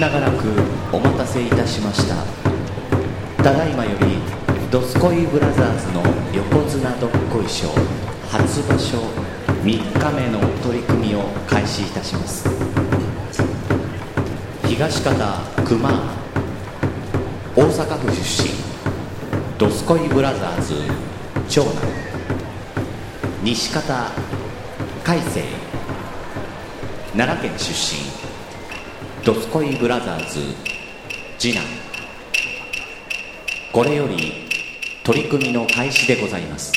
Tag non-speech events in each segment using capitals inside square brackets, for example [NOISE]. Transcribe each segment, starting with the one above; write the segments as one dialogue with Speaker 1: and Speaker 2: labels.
Speaker 1: 長らくお待たせいたしましたただいまより「どすこいブラザーズ」の横綱どっこい賞初場所3日目の取り組みを開始いたします東方熊大阪府出身どすこいブラザーズ長男西方海星奈良県出身ドスコイブラザーズ次男これより取り組みの開始でございます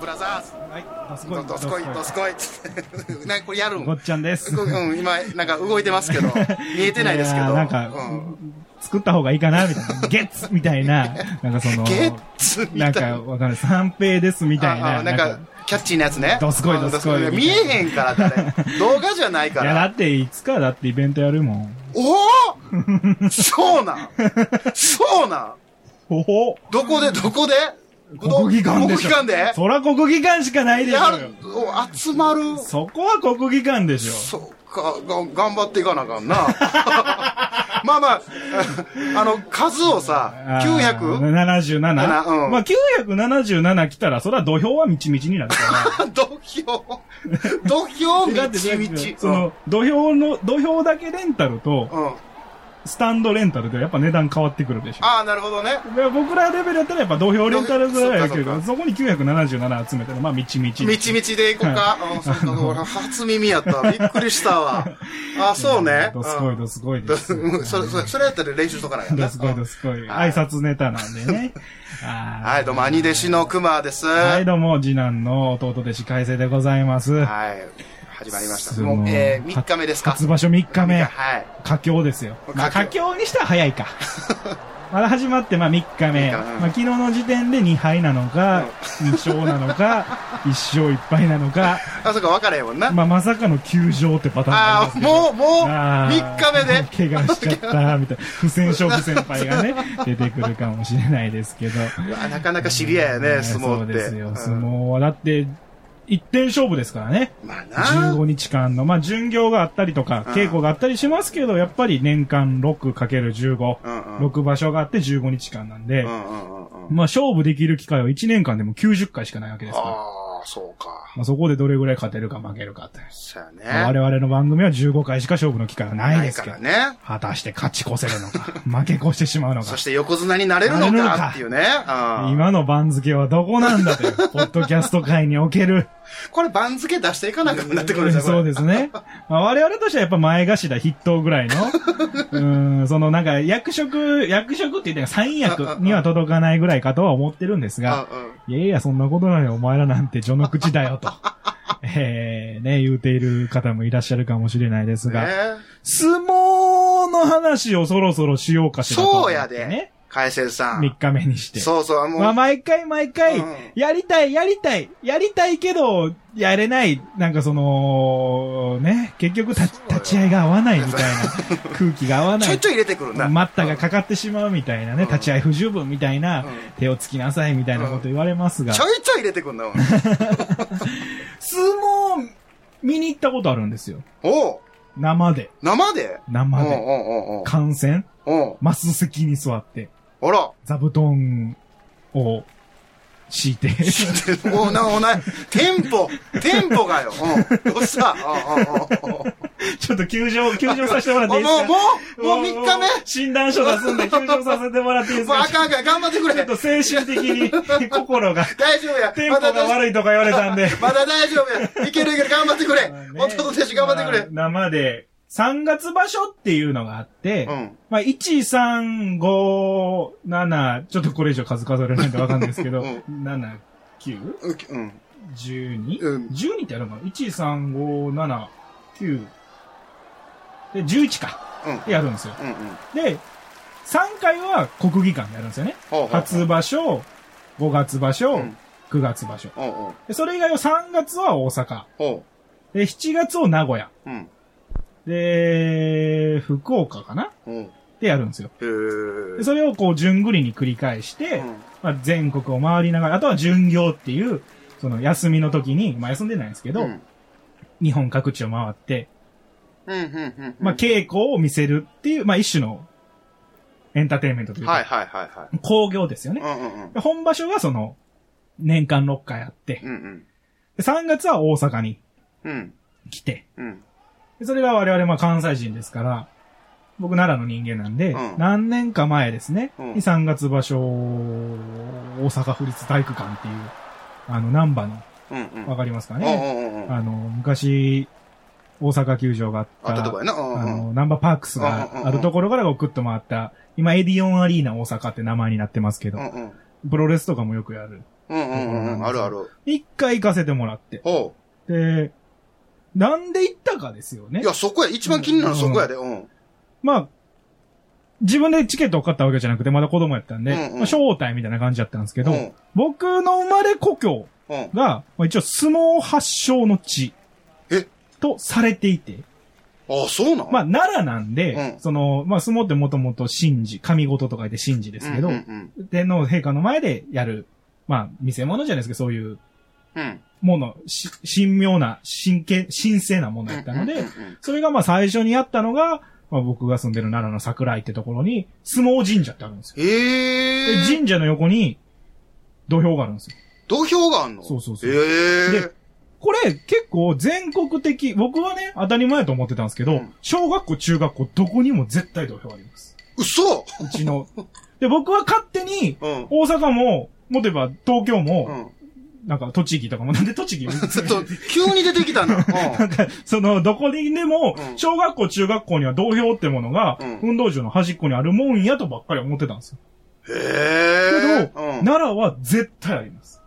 Speaker 2: ブラザーズ
Speaker 3: はい、どす
Speaker 2: どすこい、どすこい。なんかこれやるん
Speaker 3: ごっちゃんです。
Speaker 2: うん、今、なんか動いてますけど、見えてないですけ
Speaker 3: や
Speaker 2: ど。
Speaker 3: ーなんか、
Speaker 2: うん
Speaker 3: 作った方がいいかな、みたいな。ゲッツみたいな。なんかその、
Speaker 2: ゲッツみた
Speaker 3: ないんか、わかる。三平です、みたい
Speaker 2: あ
Speaker 3: な。
Speaker 2: あなんか、キャッチーなやつね。
Speaker 3: どすこい
Speaker 2: うん
Speaker 3: どすこい
Speaker 2: ど見えへんから、誰。動画じゃないか
Speaker 3: いや、だ
Speaker 2: ら。
Speaker 3: って、いつかだってイベントやるもん。
Speaker 2: おおそうなんそうなん
Speaker 3: ほほ
Speaker 2: どこで、どこで
Speaker 3: 国技館
Speaker 2: 国
Speaker 3: でしょ。
Speaker 2: 技館で
Speaker 3: そら国技館しかないでし
Speaker 2: や
Speaker 3: ょ
Speaker 2: る、お集まる。
Speaker 3: そこは国技館でしょ。
Speaker 2: そうか、が頑張っていかなあかんな。まあまあ、あの、数をさ、
Speaker 3: あー
Speaker 2: 900?
Speaker 3: 77?
Speaker 2: なうん
Speaker 3: まあ、977来たら、そら土俵はみちみちになるから。
Speaker 2: [LAUGHS] 土俵、土俵 [LAUGHS] み
Speaker 3: だって
Speaker 2: ちみち。
Speaker 3: その、土俵の、土俵だけレンタルと、
Speaker 2: うん、うん。
Speaker 3: スタンドレンタルでやっぱ値段変わってくるでしょ。
Speaker 2: ああ、なるほどね。
Speaker 3: で僕らレベルやったらやっぱ土俵レンタルぐらいやけ
Speaker 2: そっ
Speaker 3: ど、
Speaker 2: か
Speaker 3: そこに977集めたら、まあ、みちみち。
Speaker 2: みちみちで行こうか。うん、そん
Speaker 3: [LAUGHS]
Speaker 2: なの俺初耳やったわ。びっくりしたわ。あ、そうね。
Speaker 3: どすこいど
Speaker 2: す
Speaker 3: すごいです。
Speaker 2: [LAUGHS] うん、それ、それ、それやったら練習しとかないか
Speaker 3: ど
Speaker 2: な。
Speaker 3: すこいどすごい。
Speaker 2: [LAUGHS]
Speaker 3: 挨拶ネタなんでね。は
Speaker 2: はい、どうも、兄弟子の熊です。
Speaker 3: は、
Speaker 2: はいい。
Speaker 3: どうも、次男の弟弟子海星でございます。
Speaker 2: 始まりました。
Speaker 3: その
Speaker 2: もう、えー、3日目ですか。
Speaker 3: 初場所3日目。
Speaker 2: はい。
Speaker 3: 佳境ですよ。まあ、
Speaker 2: 佳
Speaker 3: 佳境にしては早い
Speaker 2: [LAUGHS]
Speaker 3: か。まだ始まって、まあ、3日
Speaker 2: 三日目うん
Speaker 3: 目。まあ、昨日の時点で2敗なのか、2勝なのか、1勝1敗なのか、
Speaker 2: あ、そうか、分からへんもんな。
Speaker 3: まあ、まさかの休場ってパタ
Speaker 2: あ
Speaker 3: ーンなんです
Speaker 2: あ、
Speaker 3: けど
Speaker 2: もう、もう、
Speaker 3: あ
Speaker 2: 3
Speaker 3: ー
Speaker 2: 日目で。
Speaker 3: 怪我しちゃった、みたいな。不戦勝負先輩
Speaker 2: [LAUGHS]
Speaker 3: がね、出てくるかもしれないですけど。
Speaker 2: うわなかなかシビアやね、相撲って。
Speaker 3: そうですよ。相
Speaker 2: うん
Speaker 3: 撲は、だって、1点勝負ですからね。
Speaker 2: まあな。
Speaker 3: 15日間の、まあ、巡業があったりとか、
Speaker 2: うん
Speaker 3: 稽古があったりしますけど、やっぱり年間 6×15、
Speaker 2: うんうん
Speaker 3: 6場所があって15日間なんで
Speaker 2: う、んうんうんうん。
Speaker 3: まあ、勝負できる機会は1年間でも90回しかないわけですから、
Speaker 2: ああ、そうか。
Speaker 3: まあ、そこでどれぐらい勝てるか負けるかって。
Speaker 2: そうやね。
Speaker 3: まあ我々の番組は15回しか勝負の機会はない
Speaker 2: ない
Speaker 3: です
Speaker 2: か
Speaker 3: けど
Speaker 2: ら、ね。
Speaker 3: 果たして勝ち越せるのか、 [LAUGHS] 負け越してしまうのか
Speaker 2: そ。して横綱になれるの
Speaker 3: なれるの
Speaker 2: か
Speaker 3: か
Speaker 2: っていうね。うん
Speaker 3: 今の番付はどこなん
Speaker 2: [LAUGHS]
Speaker 3: だという、ポッドキャスト界における。
Speaker 2: これ番付出していかなくなってくるんですよ、
Speaker 3: そう
Speaker 2: これ
Speaker 3: ですね。まあ、我々としてはやっぱ前頭筆頭ぐら
Speaker 2: [LAUGHS]
Speaker 3: いの、うん、そのなんか役職、役職って言って三役には届かないぐらいかとは思ってるんですが、
Speaker 2: うんうん
Speaker 3: いやいや、そんなことないよ、お前らなんて序の口だ
Speaker 2: [LAUGHS]
Speaker 3: よ、と。えー、ね、言うている方もいらっしゃるかもしれないですが、
Speaker 2: ね
Speaker 3: 相撲の話をそろそろしようかしらと思って、
Speaker 2: そうやで
Speaker 3: ね。。
Speaker 2: 海星さん
Speaker 3: 3。日目にして。
Speaker 2: そうそう、もう。
Speaker 3: まあ、毎回毎回、
Speaker 2: うん
Speaker 3: やりたい、やりたい、やりたいけど、やれない、なんかその、ね、結局た
Speaker 2: そうよ
Speaker 3: 立ち合いが合わないみたいな、
Speaker 2: [LAUGHS]
Speaker 3: 空気が合わな
Speaker 2: ちょい
Speaker 3: い
Speaker 2: ち。ょい入れてくるな。
Speaker 3: 待ったがかかってしまうみたいなね、
Speaker 2: うん
Speaker 3: 立ち合い不十分みたいな、
Speaker 2: うん
Speaker 3: 手をつきなさいみたいなこと言われますが、
Speaker 2: ちょいちょい入れてくるな、おい
Speaker 3: 相撲見に行ったことあるんですよ。
Speaker 2: おう
Speaker 3: 生で、
Speaker 2: 生で
Speaker 3: 生
Speaker 2: おう
Speaker 3: で、
Speaker 2: おうおう
Speaker 3: 観戦、
Speaker 2: おうおう
Speaker 3: マス席に座って、
Speaker 2: あら。 [LAUGHS]
Speaker 3: 座布団を敷
Speaker 2: [LAUGHS]
Speaker 3: いて、
Speaker 2: おな、おな、テンポ、テンポがよ。うん。どうしたうんうんうん
Speaker 3: ちょっと休場、休場させてもらっていいです
Speaker 2: も
Speaker 3: か
Speaker 2: う、もう、もう3日目
Speaker 3: 診断書出すんで、休場させてもらっていいです
Speaker 2: もう
Speaker 3: か
Speaker 2: あかんあかん、頑張ってく
Speaker 3: ちょ
Speaker 2: れ
Speaker 3: っ。と精神的に
Speaker 2: [LAUGHS]
Speaker 3: 心が、
Speaker 2: 大丈夫や。
Speaker 3: テンポが
Speaker 2: い。
Speaker 3: 悪いとか言われたんで。
Speaker 2: [LAUGHS] まだ大丈
Speaker 3: [LAUGHS]
Speaker 2: 夫や。いけるいける、頑張ってくれ。
Speaker 3: ね
Speaker 2: 弟弟子頑張ってくれ。
Speaker 3: まあ生で、3月場所っていうのがあって、
Speaker 2: うん
Speaker 3: まあ、1、3、5、7、ちょっとこれ以上数数えられないんでわかんないですけど、
Speaker 2: う
Speaker 3: 7、9、
Speaker 2: うきうん。
Speaker 3: 12?12、
Speaker 2: うん
Speaker 3: 12ってあるのかな ?1、3、5、7、9、で、11か。
Speaker 2: うん。うん。
Speaker 3: やるんですよ。
Speaker 2: うん。
Speaker 3: で、3回は国技館でやるんですよね。
Speaker 2: ほうほう
Speaker 3: 初場所、5月場
Speaker 2: う
Speaker 3: 所
Speaker 2: ん、
Speaker 3: 9月場所。
Speaker 2: おうおう
Speaker 3: でそれ以外は3月は大阪。
Speaker 2: ほ
Speaker 3: で、7月を名古屋。
Speaker 2: う。うん。
Speaker 3: で、福岡かな
Speaker 2: うん。
Speaker 3: でやるんですよ。
Speaker 2: へ
Speaker 3: で、
Speaker 2: ー
Speaker 3: それをこう、順繰りに繰り返して、
Speaker 2: うん
Speaker 3: まあ、全国を回りながら、あとは巡業っていう、その休みの時に、まあ休んでないんですけど、
Speaker 2: うん
Speaker 3: 日本各地を回って、
Speaker 2: うんうんうんうん
Speaker 3: まあ稽古を見せるっていう、まあ一種のエンターテインメントというか、
Speaker 2: はいはいはいはい。
Speaker 3: 興行ですよね
Speaker 2: う。んうんうん。
Speaker 3: 本場所がその、年間6回あって
Speaker 2: う、ん
Speaker 3: で3月は大阪に
Speaker 2: うん。うん
Speaker 3: 来て、
Speaker 2: うん。
Speaker 3: でそれが我々まあ関西人ですから、僕奈良の人間なんで、
Speaker 2: うん
Speaker 3: 何年か前ですね、
Speaker 2: うん
Speaker 3: に3月場所、大阪府立体育館っていう、あの、難波の、
Speaker 2: うんうん。
Speaker 3: わかりますか
Speaker 2: うん
Speaker 3: ね、
Speaker 2: うんうん。
Speaker 3: あの、昔、大阪球場があっ
Speaker 2: あ
Speaker 3: た、
Speaker 2: ったとこやな。うん
Speaker 3: あ
Speaker 2: うん。
Speaker 3: の、ナンバーパークスがあるところからこうグッと回った、今エディオンアリーナ大阪って名前になってますけど
Speaker 2: う、んうん。
Speaker 3: プロレスとかもよくやる。
Speaker 2: うんうんうんうん。あるある。
Speaker 3: 一回行かせてもらって。
Speaker 2: ほ
Speaker 3: で、なんで行ったかですよ
Speaker 2: う。
Speaker 3: ね
Speaker 2: い。や、そこや。一番気になるのそこやで。うん。
Speaker 3: まあ、自分でチケットを買ったわけじゃなくて、まだ子供やったんで、
Speaker 2: うんうん
Speaker 3: まあ招待みたいな感じだったんですけ
Speaker 2: う
Speaker 3: ど、
Speaker 2: ん。
Speaker 3: 僕の生まれ故郷
Speaker 2: うん。
Speaker 3: が、まあ、一応相撲発祥の地
Speaker 2: え
Speaker 3: とされていて、
Speaker 2: あ、そうなん
Speaker 3: まあ、奈良なんで、
Speaker 2: うん
Speaker 3: その、まあ、相撲ってもともと神事、神事と書いて神事ですけど、
Speaker 2: うんうん
Speaker 3: 天皇陛下の前でやる、まあ、見せ物じゃないですけど、そういう
Speaker 2: うん。うん
Speaker 3: もの、し、神妙な、神経、神聖なものだったの
Speaker 2: うん
Speaker 3: で
Speaker 2: うん、うん
Speaker 3: それがまあ最初にあったのが、まあ僕が住んでる奈良の桜井ってところに、相撲神社ってあるんですよ。
Speaker 2: え
Speaker 3: で、
Speaker 2: え。
Speaker 3: 神社の横に、土俵があるんですよ。
Speaker 2: 土俵があんの
Speaker 3: そうそうそう
Speaker 2: ええ
Speaker 3: で。これ結構全国的、僕はね、当たり前やと思ってたんですけど、
Speaker 2: うん
Speaker 3: 小学校、中学校、どこにも絶対土俵あります。
Speaker 2: 嘘
Speaker 3: う
Speaker 2: [LAUGHS]
Speaker 3: ちの。で、僕は勝手に、
Speaker 2: うん。
Speaker 3: 大阪も、もっと言えば東京も、
Speaker 2: うん。
Speaker 3: なんか栃木とかも、なんで栃
Speaker 2: [LAUGHS]
Speaker 3: 木
Speaker 2: ちょっと、急に出てきたな。うん。
Speaker 3: その、どこにでも
Speaker 2: う、ん
Speaker 3: 小学校、中学校には同票ってものが
Speaker 2: うん、
Speaker 3: 運動場の端っこにあるもんやとばっかり思ってたんですよ。
Speaker 2: へえ。
Speaker 3: けど
Speaker 2: うん。
Speaker 3: 奈良は絶対あります。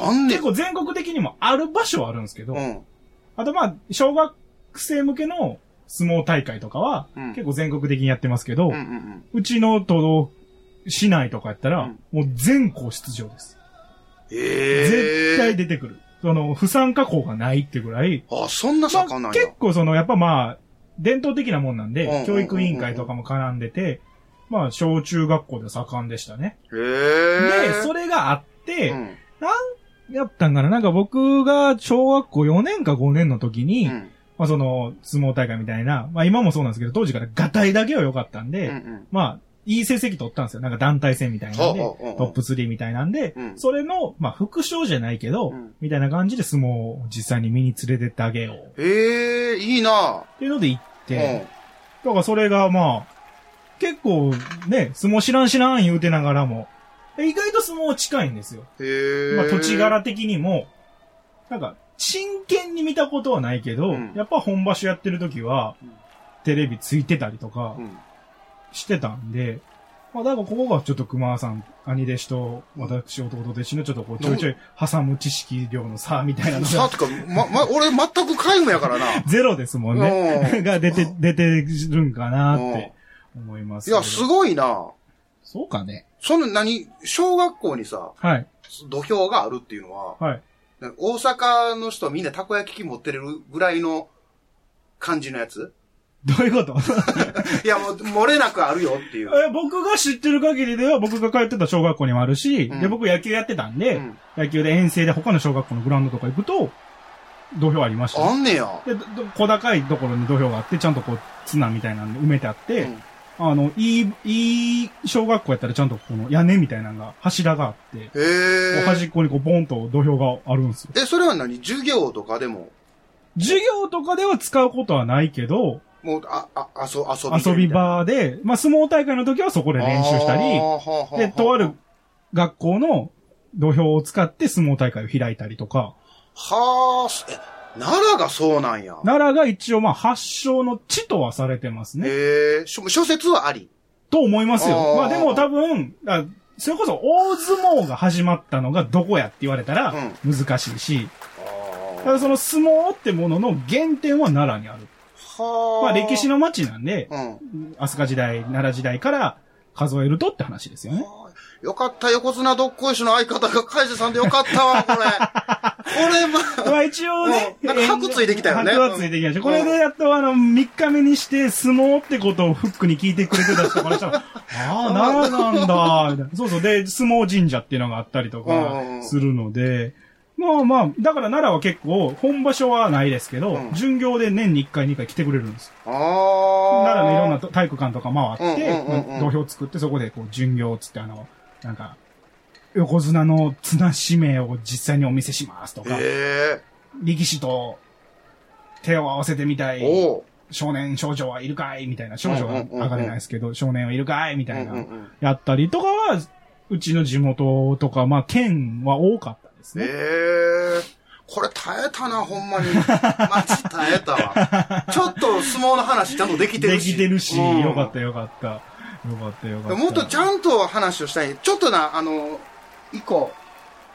Speaker 2: あんね
Speaker 3: 結構全国的にもある場所はあるんですけど
Speaker 2: う、ん。
Speaker 3: あとまあ、小学生向けの相撲大会とかは
Speaker 2: うん、
Speaker 3: 結構全国的にやってますけど
Speaker 2: うんう、んうん。
Speaker 3: うちの都道、市内とかやった
Speaker 2: う
Speaker 3: ら
Speaker 2: ん、
Speaker 3: もう全校出場です。
Speaker 2: ええ。
Speaker 3: 絶対。出てくる。その、不参加校がないってぐらい、
Speaker 2: あ、そんな
Speaker 3: まあ
Speaker 2: 魚なんや
Speaker 3: 結。構その、やっぱまあ、伝統的なもんな
Speaker 2: う
Speaker 3: ん
Speaker 2: んうんうんう
Speaker 3: で
Speaker 2: ん、
Speaker 3: 教育委員会とかも絡んでて、まあ、小中学校で盛んでしたね。
Speaker 2: へ
Speaker 3: で
Speaker 2: え。、
Speaker 3: それがあっ
Speaker 2: う
Speaker 3: て、
Speaker 2: ん。
Speaker 3: やったんかななんか僕が小学校4年か5年の時に、
Speaker 2: うん。
Speaker 3: まあその、相撲大会みたいな、まあ今もそうなんですけど、当時からガタイだけは良かったん
Speaker 2: うん
Speaker 3: で、
Speaker 2: うん。
Speaker 3: まあ、いい成績取ったんですよ。なんか団体戦みたいなんで、
Speaker 2: ほうほうほうほう
Speaker 3: トップ3みたいなんで、
Speaker 2: うん
Speaker 3: それの、まあ副賞じゃないけど、
Speaker 2: うん
Speaker 3: みたいな感じで相撲を実際に身に連れてってあげよう。
Speaker 2: へえ、いいな
Speaker 3: っていうので行って、
Speaker 2: うん。
Speaker 3: だからそれがまあ、結構ね、相撲知らん知らん言うてながらも、意外と相撲近いんですよ。
Speaker 2: へえ。
Speaker 3: まあ土地柄的にも、なんか、真剣に見たことはないけど、
Speaker 2: うん
Speaker 3: やっぱ本場所やってる時は
Speaker 2: うん、
Speaker 3: テレビついてたりとか
Speaker 2: うん。
Speaker 3: してたんで、まあだからここがちょっと熊さん、兄弟子と私弟弟子のちょっとこうちょいちょい挟む知識量の差みたいなの
Speaker 2: さあ、
Speaker 3: が、
Speaker 2: てか、ま、ま、俺全く皆無やからな。
Speaker 3: ゼロですもんね。
Speaker 2: うん。
Speaker 3: が出て、出てるんかなって思います
Speaker 2: い
Speaker 3: けど。
Speaker 2: や、すごいな
Speaker 3: そうかね。
Speaker 2: その何、小学校にさ、
Speaker 3: はい。
Speaker 2: 土俵があるっていうのは、
Speaker 3: はい。
Speaker 2: 大阪の人はみんなたこ焼き器持ってるぐらいの感じのやつ
Speaker 3: どういうこと [LAUGHS]
Speaker 2: いや、もう、漏れなくあるよっていう。
Speaker 3: え僕が知ってる限りでは、僕が通ってた小学校にもあるし、
Speaker 2: うん
Speaker 3: で、僕野球やってたんで、
Speaker 2: うん
Speaker 3: 野球で遠征で他の小学校のグラウンドとか行くと、土俵ありました
Speaker 2: あ
Speaker 3: ね。
Speaker 2: んねや。
Speaker 3: で、どど小高いところに土俵があって、ちゃんとこう、綱みたいなんで埋めてあって、
Speaker 2: うん
Speaker 3: あの、いい、いい小学校やったらちゃんとこの屋根みたいなのが、柱があって、
Speaker 2: へえ
Speaker 3: こう。端っこにこう、ボンと土俵があるんですよ。
Speaker 2: え、それは何授業とかでも、
Speaker 3: 授業とかでは使うことはないけど、
Speaker 2: もう、あ、あ、あそ遊びでみたいな。
Speaker 3: 遊び場で、まあ、相撲大会の時はそこで練習したり、
Speaker 2: り
Speaker 3: で、とある。学校の土俵を使って相撲大会を開いたりとか、
Speaker 2: はあ、え、奈良がそうなんや。
Speaker 3: 奈良が一応まあ発祥の地とはされてますね。
Speaker 2: へえ、しょ諸説はあり。
Speaker 3: と思います
Speaker 2: あ
Speaker 3: よ
Speaker 2: ー。
Speaker 3: まあでも多分、あそれこそ大相撲が始まったのがどこやって言われたら難しいし、ただその相撲ってものの原点は奈良にある。
Speaker 2: はあ。
Speaker 3: まあ歴史。の町なんで、
Speaker 2: うん。
Speaker 3: 飛鳥時代、奈良時代から数えるとって話ですよね。
Speaker 2: はあよかった、横綱どっこいしの相方がカイジさんでよかったわ、これ。これ、まあ、
Speaker 3: [LAUGHS] まあ一応ね。
Speaker 2: うんなんか白ついてきたよね
Speaker 3: 白はついてきました。これでやっとあの、3日目にして相撲ってことをフックに聞いてくれてた人からした
Speaker 2: [LAUGHS]
Speaker 3: ら、ああ、奈良なんだ、みたいな。そうそう。で、相撲神社っていうのがあったりと
Speaker 2: うんうんうん
Speaker 3: かするので、まあまあ、だから奈良は結構、本場所はないですけど、
Speaker 2: うん
Speaker 3: 巡業で年に1回2回来てくれるんですよ。
Speaker 2: あ
Speaker 3: 奈良のいろんな
Speaker 2: と
Speaker 3: と体育館とか回って、
Speaker 2: うんうんうんうん
Speaker 3: まあ土俵作って、そこでこう巡業っつって、あの、なんか、横綱の綱指名を実際にお見せしますとか、
Speaker 2: え
Speaker 3: 力士と手を合わせてみた
Speaker 2: え
Speaker 3: い、
Speaker 2: おう
Speaker 3: 少年少女はいるかいみたいな、少女
Speaker 2: うんうん
Speaker 3: は
Speaker 2: うんうん
Speaker 3: 上がれないですけど、少年はいるかいみ
Speaker 2: う
Speaker 3: たい
Speaker 2: んう、
Speaker 3: なん
Speaker 2: うん
Speaker 3: やったりとかは、うちの地元とか、まあ、県は多かったです
Speaker 2: え
Speaker 3: ね。
Speaker 2: えこれ耐えたな、ほんまに。
Speaker 3: [LAUGHS]
Speaker 2: マジ耐えたわ。ちょっと相撲の話ちゃんとできて
Speaker 3: で
Speaker 2: るし。
Speaker 3: きてるし、
Speaker 2: うん
Speaker 3: よかったよかった。よかったよかった。
Speaker 2: もっとちゃんと話をしたい。ちょっとな、あの、一個、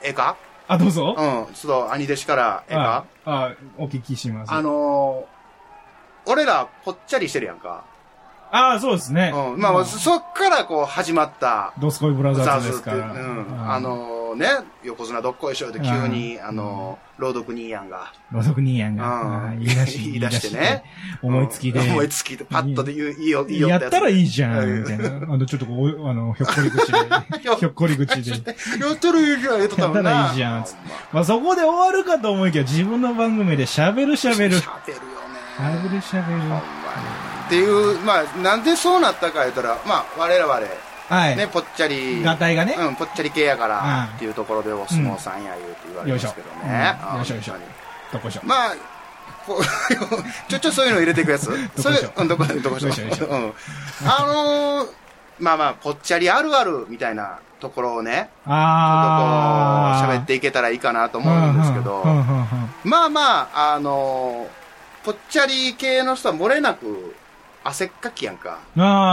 Speaker 2: ええか
Speaker 3: あ、どうぞ。
Speaker 2: うん、ちょっと兄弟子から、ええか
Speaker 3: ああ、お聞きします。
Speaker 2: あのー俺ら、ぽっちゃりしてるやんか。
Speaker 3: ああ、そうですね。
Speaker 2: うん。まあ、そっからこう、始まった、
Speaker 3: ドスコイブラザ
Speaker 2: ザ
Speaker 3: ー
Speaker 2: ー
Speaker 3: ズ
Speaker 2: ズ
Speaker 3: で
Speaker 2: っ
Speaker 3: す
Speaker 2: て
Speaker 3: か
Speaker 2: いう、う
Speaker 3: ら。
Speaker 2: ん。あ、のーね、横綱どっこいしょって急に、あのー朗読兄やんが、
Speaker 3: ロソクニーヤ
Speaker 2: う
Speaker 3: ン
Speaker 2: ん
Speaker 3: が、あー言い出し、
Speaker 2: [LAUGHS] 言い出してね。
Speaker 3: 思いつきで。
Speaker 2: うん思いつきで、パッとで言う、いいよ、いいよ
Speaker 3: やったらいいじゃ
Speaker 2: うん
Speaker 3: ん、みたいな。あの、ちょっとこう、あの、ひょっこり口で。
Speaker 2: [LAUGHS]
Speaker 3: ひょっこり口で。
Speaker 2: やったらいいじゃん、言うとったもんな。
Speaker 3: やったらいいじゃんつってまあ、そこで終わるかと思いきや、自分の番組で喋る
Speaker 2: 喋
Speaker 3: 喋
Speaker 2: る。
Speaker 3: る。
Speaker 2: 喋るよね。
Speaker 3: 喋る
Speaker 2: ほんま
Speaker 3: 喋
Speaker 2: に
Speaker 3: る。
Speaker 2: っていう、まあ、なんでそうなったか言うたら、まあ、我々、
Speaker 3: はい。
Speaker 2: ね、ぽっちゃり。
Speaker 3: 合体がね
Speaker 2: うん、ぽっちゃり系やから
Speaker 3: うん
Speaker 2: っていうところでお相撲さんや言うって言われますけどね。
Speaker 3: うんよいしょうんよいしょ
Speaker 2: あ本当に
Speaker 3: どこしょ。
Speaker 2: まあ、こう [LAUGHS] ちょ、ちょ、そういうの入れていくやつ
Speaker 3: しょ
Speaker 2: そういう、うん、どこ、どこしょ。
Speaker 3: よいしょよいしょ
Speaker 2: うん。あのー、まあまあ、ぽっちゃりあるあるみたいなところをね、ちょっとこう
Speaker 3: あー。
Speaker 2: 喋っていけたらいいかなと
Speaker 3: と
Speaker 2: 思うんですけど、
Speaker 3: うんうんうんうん
Speaker 2: まあまあ、あのーぽっちゃり系の人は漏れなく汗っかきやんか。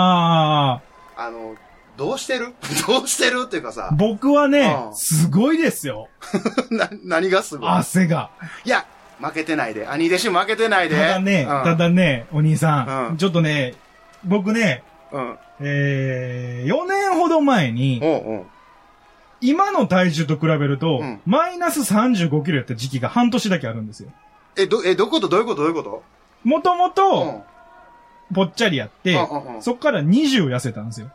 Speaker 3: あ
Speaker 2: あのどうしてる [LAUGHS] どうしてるっていうかさ
Speaker 3: ー。、僕はね
Speaker 2: う、ん
Speaker 3: すごいですよ。
Speaker 2: な何がすごい
Speaker 3: 汗が。
Speaker 2: いや、負けてないで。兄弟子負けてないで。
Speaker 3: ただね、
Speaker 2: うん、
Speaker 3: ただね、お兄さ、
Speaker 2: うんん
Speaker 3: ちょっとね、僕ね、
Speaker 2: うん。
Speaker 3: えー、4年ほど前に、
Speaker 2: おうおう
Speaker 3: 今の体重と比べると
Speaker 2: うん、
Speaker 3: マイナス35キロやった時期が半年だけあるんですよ。
Speaker 2: え、ど、え、どういうことどういうことどういうこと
Speaker 3: もとも
Speaker 2: う
Speaker 3: と、
Speaker 2: ん。
Speaker 3: ぽっちゃりやって
Speaker 2: うんうんう、ん
Speaker 3: そっから20痩せたんですよ。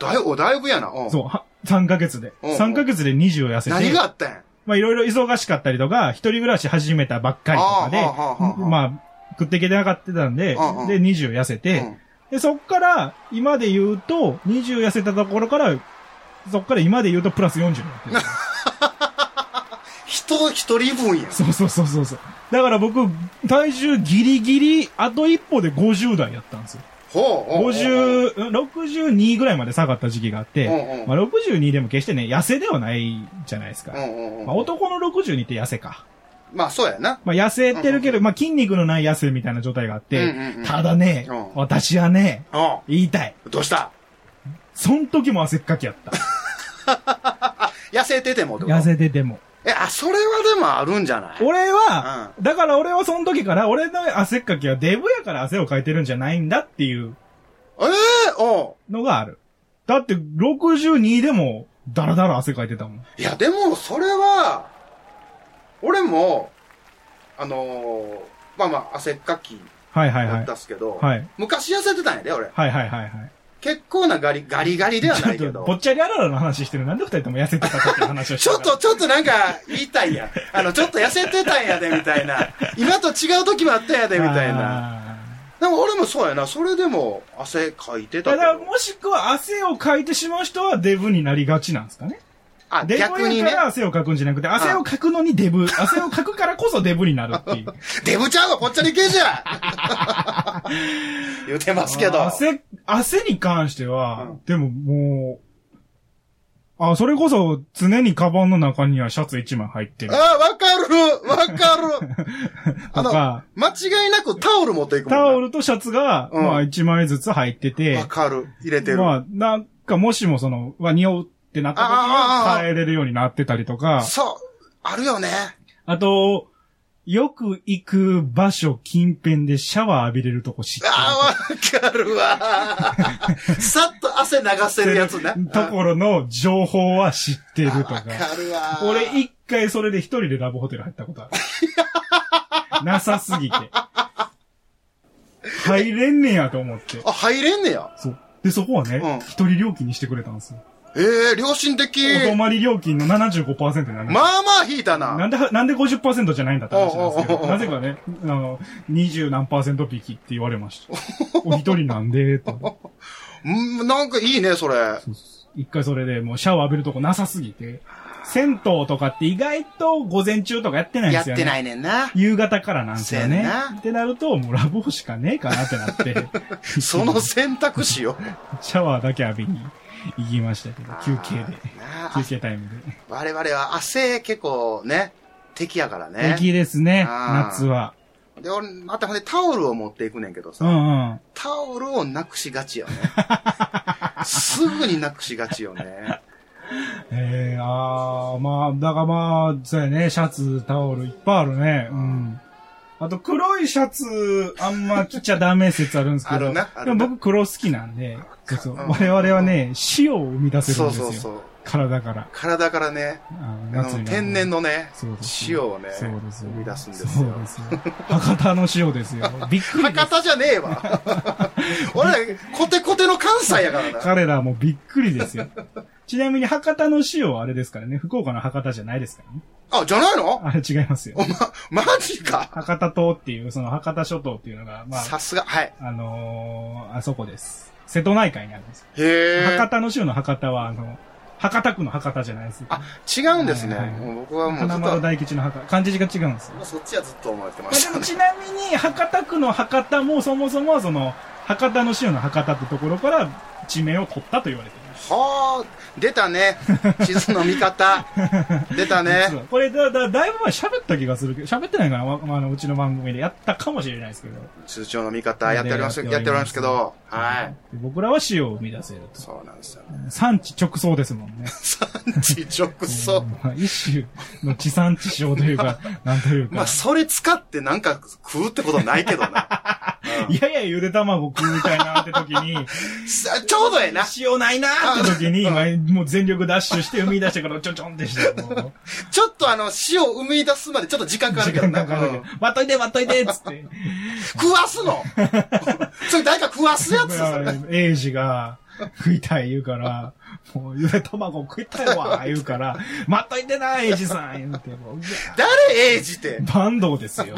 Speaker 2: だいおだいぶやな。うん。
Speaker 3: そう、は3ヶ月で。
Speaker 2: うんうん
Speaker 3: 3ヶ月で20痩せて。
Speaker 2: 何があったんや
Speaker 3: まあいろいろ忙しかったりとか、一人暮らし始めたばっかりとかで
Speaker 2: あーはあはあはあ、はあ
Speaker 3: まあ、食っていけてなかったんで、で、
Speaker 2: うんうん
Speaker 3: 20痩せて、で、そっから、今で言うと、20痩せたところから、そっから今で言うとプラス40になってる。
Speaker 2: 人、一人分やん。
Speaker 3: そうそうそうそうそう。だから僕、体重ギリギリ、あと一歩で50代やったんですよ。
Speaker 2: ほう。
Speaker 3: 50、62ぐらいまで下がった時期があって、
Speaker 2: うんうん
Speaker 3: まあ、62でも決してね、痩せではないじゃないですか。
Speaker 2: うんうんうん。
Speaker 3: まあ、男の62って痩せか。
Speaker 2: まあ、そうやな。
Speaker 3: まあ、痩せてるけど、まあ、筋肉のない痩せみたいな状態があって、
Speaker 2: うんうんうん
Speaker 3: ただね、
Speaker 2: うん
Speaker 3: 私はね、
Speaker 2: う
Speaker 3: 言いたい。
Speaker 2: ん。どうした
Speaker 3: そん時も汗っかきやった。
Speaker 2: 痩せててもってこと
Speaker 3: 痩せてても。
Speaker 2: え、あ、それはでもあるんじゃない
Speaker 3: 俺は、だから俺はその時から、俺の汗っかきはデブやから汗をかいてるんじゃないんだっていう
Speaker 2: ええお
Speaker 3: のがある。だって、62でも、だらだら汗かいてたもん。
Speaker 2: ういや、でも、それは、俺も、あのーまあまあ、汗っかき
Speaker 3: はいはいは
Speaker 2: だっ
Speaker 3: い。
Speaker 2: たっすけど、
Speaker 3: はい
Speaker 2: 昔痩せてたんやで、俺。
Speaker 3: はいはいはいはい。
Speaker 2: 結構なガリ、ガリガリではない
Speaker 3: ち
Speaker 2: け
Speaker 3: ょっと、
Speaker 2: ど
Speaker 3: ぽ。っちゃりあららの話してる。なんで二人とも痩せてたかっていう話をして
Speaker 2: ちょっと、ちょっとなんか、言いたいやん。あの、ちょっと痩せてたんやで、みたいな。今と違う時もあったんやで、みたいな。
Speaker 3: な。
Speaker 2: でも俺もそうやな。それでも、汗かいてた
Speaker 3: た
Speaker 2: け
Speaker 3: だ、
Speaker 2: ど。
Speaker 3: もしくは汗をかいてしまう人はデブになりがちなんですかね。
Speaker 2: あ、
Speaker 3: デブ
Speaker 2: 逆に
Speaker 3: や
Speaker 2: ね
Speaker 3: か。ら汗をかくんじゃなくて、汗をかくのに
Speaker 2: [LAUGHS]
Speaker 3: デブ、汗をかくからこそデブになるっていう。
Speaker 2: デブちゃんはぽっちゃり系じゃ
Speaker 3: [LAUGHS]
Speaker 2: 言うてますけど。
Speaker 3: あ汗、汗に関しては、
Speaker 2: うん
Speaker 3: でももう、あ、それこそ常にカバンの中にはシャツ1枚入ってる
Speaker 2: あ。あ、わかるわかるあ
Speaker 3: とか
Speaker 2: の、間違いなくタオル持っていくもんな
Speaker 3: タオルとシャツが、
Speaker 2: うん
Speaker 3: まあ1枚ずつ入ってて
Speaker 2: わ、かる。入れてる。
Speaker 3: まあなんかもしもその、は匂うってなった時
Speaker 2: あああああ
Speaker 3: は
Speaker 2: あ
Speaker 3: 変えれるようになってたりとか、
Speaker 2: そう。あるよね。
Speaker 3: あと、よく行く場所近辺でシャワー浴びれるとこ知って
Speaker 2: ああ、わかる
Speaker 3: [LAUGHS]
Speaker 2: わ。さっと汗流せるやつな。
Speaker 3: るところの情報は知ってると
Speaker 2: わ
Speaker 3: か
Speaker 2: か。るわ。
Speaker 3: 俺一回それで一人でラブホテル入ったことある。なさすぎて。入れんねやと思って。
Speaker 2: あ、入れんねや。
Speaker 3: そう。で、そこはね
Speaker 2: うん、
Speaker 3: 一、人料金にしてくれたんですよ。
Speaker 2: ええ良心的。
Speaker 3: お泊まり料金の75%になる。
Speaker 2: まあまあ引いたな。
Speaker 3: なんで、なんで50%じゃないんだって話なんですけ
Speaker 2: おうおうおうおう
Speaker 3: ど、なぜかね、あの、20何パーセント引きって言われました。 [LAUGHS] お一人なんで、と思って。
Speaker 2: うん、なんかいいね、それ。
Speaker 3: 一回それでもうシャワー浴びるとこなさすぎて、銭湯とかって意外と午前中とかやってないんですよね。
Speaker 2: いねんな。
Speaker 3: 夕方からなんですよ
Speaker 2: せ
Speaker 3: ね
Speaker 2: やな。
Speaker 3: ってなると、もうラブホしかねえかなって
Speaker 2: [LAUGHS]
Speaker 3: なって、
Speaker 2: その選択肢よ。
Speaker 3: シャワーだけ浴びに行きましたけど、休憩で。
Speaker 2: なあ
Speaker 3: 休憩タイムで。
Speaker 2: 我々は汗結構ね、敵やからね。
Speaker 3: 敵ですね、
Speaker 2: あー
Speaker 3: 夏は。
Speaker 2: で、俺、あとほんでタオルを持っていくねんけど
Speaker 3: う
Speaker 2: さ、
Speaker 3: んうん。
Speaker 2: タオルをなくしがち
Speaker 3: [LAUGHS]
Speaker 2: よね。すぐになくしがちよね。
Speaker 3: ええああ、まあ、だからまあ、そうやね、シャツ、タオルいっぱいあるね。うん。あと、黒いシャツ、あんま着ちゃダメ説あるんですけ
Speaker 2: あ
Speaker 3: ど、
Speaker 2: るなあ
Speaker 3: で
Speaker 2: るな
Speaker 3: も僕黒好きなんで、そうそう
Speaker 2: うん
Speaker 3: 我々はね、塩を生み出せるん
Speaker 2: そう
Speaker 3: ですよ。
Speaker 2: そうそう。
Speaker 3: 体から。
Speaker 2: 体からね、
Speaker 3: あの
Speaker 2: あの天然のね
Speaker 3: そうです、
Speaker 2: 塩をね、
Speaker 3: そうです
Speaker 2: 生
Speaker 3: よ
Speaker 2: み出すんです
Speaker 3: そう
Speaker 2: よ
Speaker 3: で。すよ。博多の塩ですよ。びっくりです
Speaker 2: 博。多じゃねえわ。俺、コテコテの関西やからな。
Speaker 3: 彼らもびっくりですよ。ちなみに博多の塩はあれですからね、福岡の博多じゃないですからね。
Speaker 2: あ、じゃないの
Speaker 3: あれ違いますよ。
Speaker 2: おま、マジか。
Speaker 3: 博多島っていう、その博多諸島っていうのが、まあ、
Speaker 2: さすが、はい。
Speaker 3: あのーあそこです。瀬戸内海にあるんですよ。
Speaker 2: へえ。
Speaker 3: 博多の州の博多は、あの、博多区の博多じゃないです。
Speaker 2: あ、違うんですね。
Speaker 3: はいはい
Speaker 2: もう僕はもうず
Speaker 3: 花
Speaker 2: っ
Speaker 3: 丸
Speaker 2: と、
Speaker 3: 大吉の博多。漢字が違うんですよ。
Speaker 2: そっちはずっと思ってま
Speaker 3: まあ、
Speaker 2: し
Speaker 3: で
Speaker 2: た
Speaker 3: も
Speaker 2: ね。
Speaker 3: ちなみに、博多区の博多もそもそもはその、博多の州の博多ってところから地名を取ったと言われています。
Speaker 2: はあ、出た
Speaker 3: [LAUGHS]
Speaker 2: ね。地図の見方。出た
Speaker 3: 実は
Speaker 2: ね。
Speaker 3: これだ、だ、だいぶ前喋った気がするけど、喋ってないかな、わまあ、あのうちの番組でやったかもしれないですけど。
Speaker 2: 通帳の見方、やっております、
Speaker 3: ね
Speaker 2: やっておりますけど。はい。
Speaker 3: で僕らは塩を生み出せると。
Speaker 2: そうなんですよ。
Speaker 3: 産地直送ですもんね。
Speaker 2: 産地直送。
Speaker 3: まあ一種の地産地消という [LAUGHS] か、なんというか。
Speaker 2: まあ、それ使ってなんか食うってことないけど
Speaker 3: [LAUGHS]
Speaker 2: な。
Speaker 3: いやいや、ゆで卵食うみたいなって時 [LAUGHS] に、
Speaker 2: さちょうどええな。
Speaker 3: 塩ないなーって時に、今もう全力ダッシュして生み出してからちょちょんってして、もう、
Speaker 2: ちょっとあの、塩を生み出すまでちょっと時間かかる
Speaker 3: 時
Speaker 2: けど
Speaker 3: 間
Speaker 2: な。
Speaker 3: かかるけ
Speaker 2: う
Speaker 3: ど
Speaker 2: ん、
Speaker 3: 割っといて割っといてっつって。
Speaker 2: 食わす
Speaker 3: [LAUGHS]
Speaker 2: のそれ誰か食わすやつそれ
Speaker 3: エイジが、食いたい言うから、もうゆで卵食いたいわー言うから、待っといてな、エイジさん言うて、もう、うわ
Speaker 2: 誰エイジって。
Speaker 3: バンドですよ。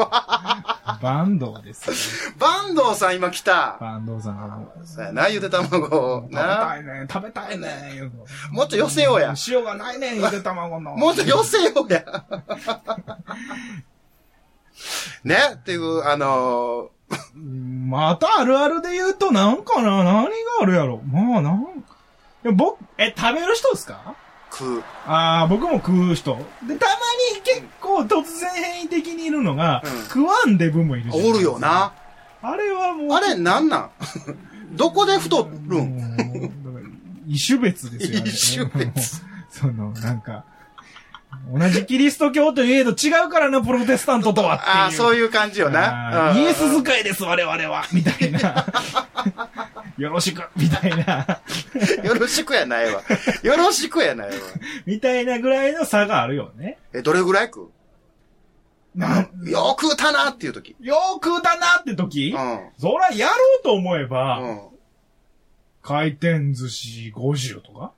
Speaker 3: バンドですよ。
Speaker 2: 坂東さん今来た。
Speaker 3: バンドさんがもう。
Speaker 2: そうやな、ゆで卵
Speaker 3: 食。べ
Speaker 2: な。
Speaker 3: たいね、食べたいね、言うの。
Speaker 2: もっと寄せようや。
Speaker 3: 塩がないね、ゆで卵の。
Speaker 2: もっと寄せよう
Speaker 3: [LAUGHS]
Speaker 2: や。ね、っていう、あの
Speaker 3: うんまたあるあるで言うと、なんかな何があるやろまあ、なん、でも僕、え、食べる人ですか
Speaker 2: ー、食う。
Speaker 3: ああ、僕も食う人。で、たまに結構突然変異的にいるのが、
Speaker 2: うん
Speaker 3: 食わんで分もいるじゃん
Speaker 2: おるよ。な。
Speaker 3: あれはもう。
Speaker 2: あれ、なんなん [LAUGHS] どこで太るん
Speaker 3: もうだから異種別ですよ。あれ
Speaker 2: 異種別。
Speaker 3: [LAUGHS] その、なんか、同じキリスト教といえど違うからな、プロテスタントとはっていう。
Speaker 2: ああ、そういう感じよ
Speaker 3: あ
Speaker 2: な。
Speaker 3: ー
Speaker 2: うん
Speaker 3: イエス使いです、我々は [LAUGHS] みたいな。よろしくみたいな。
Speaker 2: よろしくやないわ。よろしくやないわ。
Speaker 3: みたいなぐらいの差があるよね。
Speaker 2: え、どれぐらい食う
Speaker 3: なん
Speaker 2: よく食うたなっていう時。
Speaker 3: よく食うたなって時、
Speaker 2: うん
Speaker 3: そらやろうと思え
Speaker 2: う
Speaker 3: ば、
Speaker 2: ん。
Speaker 3: 回転寿司50とか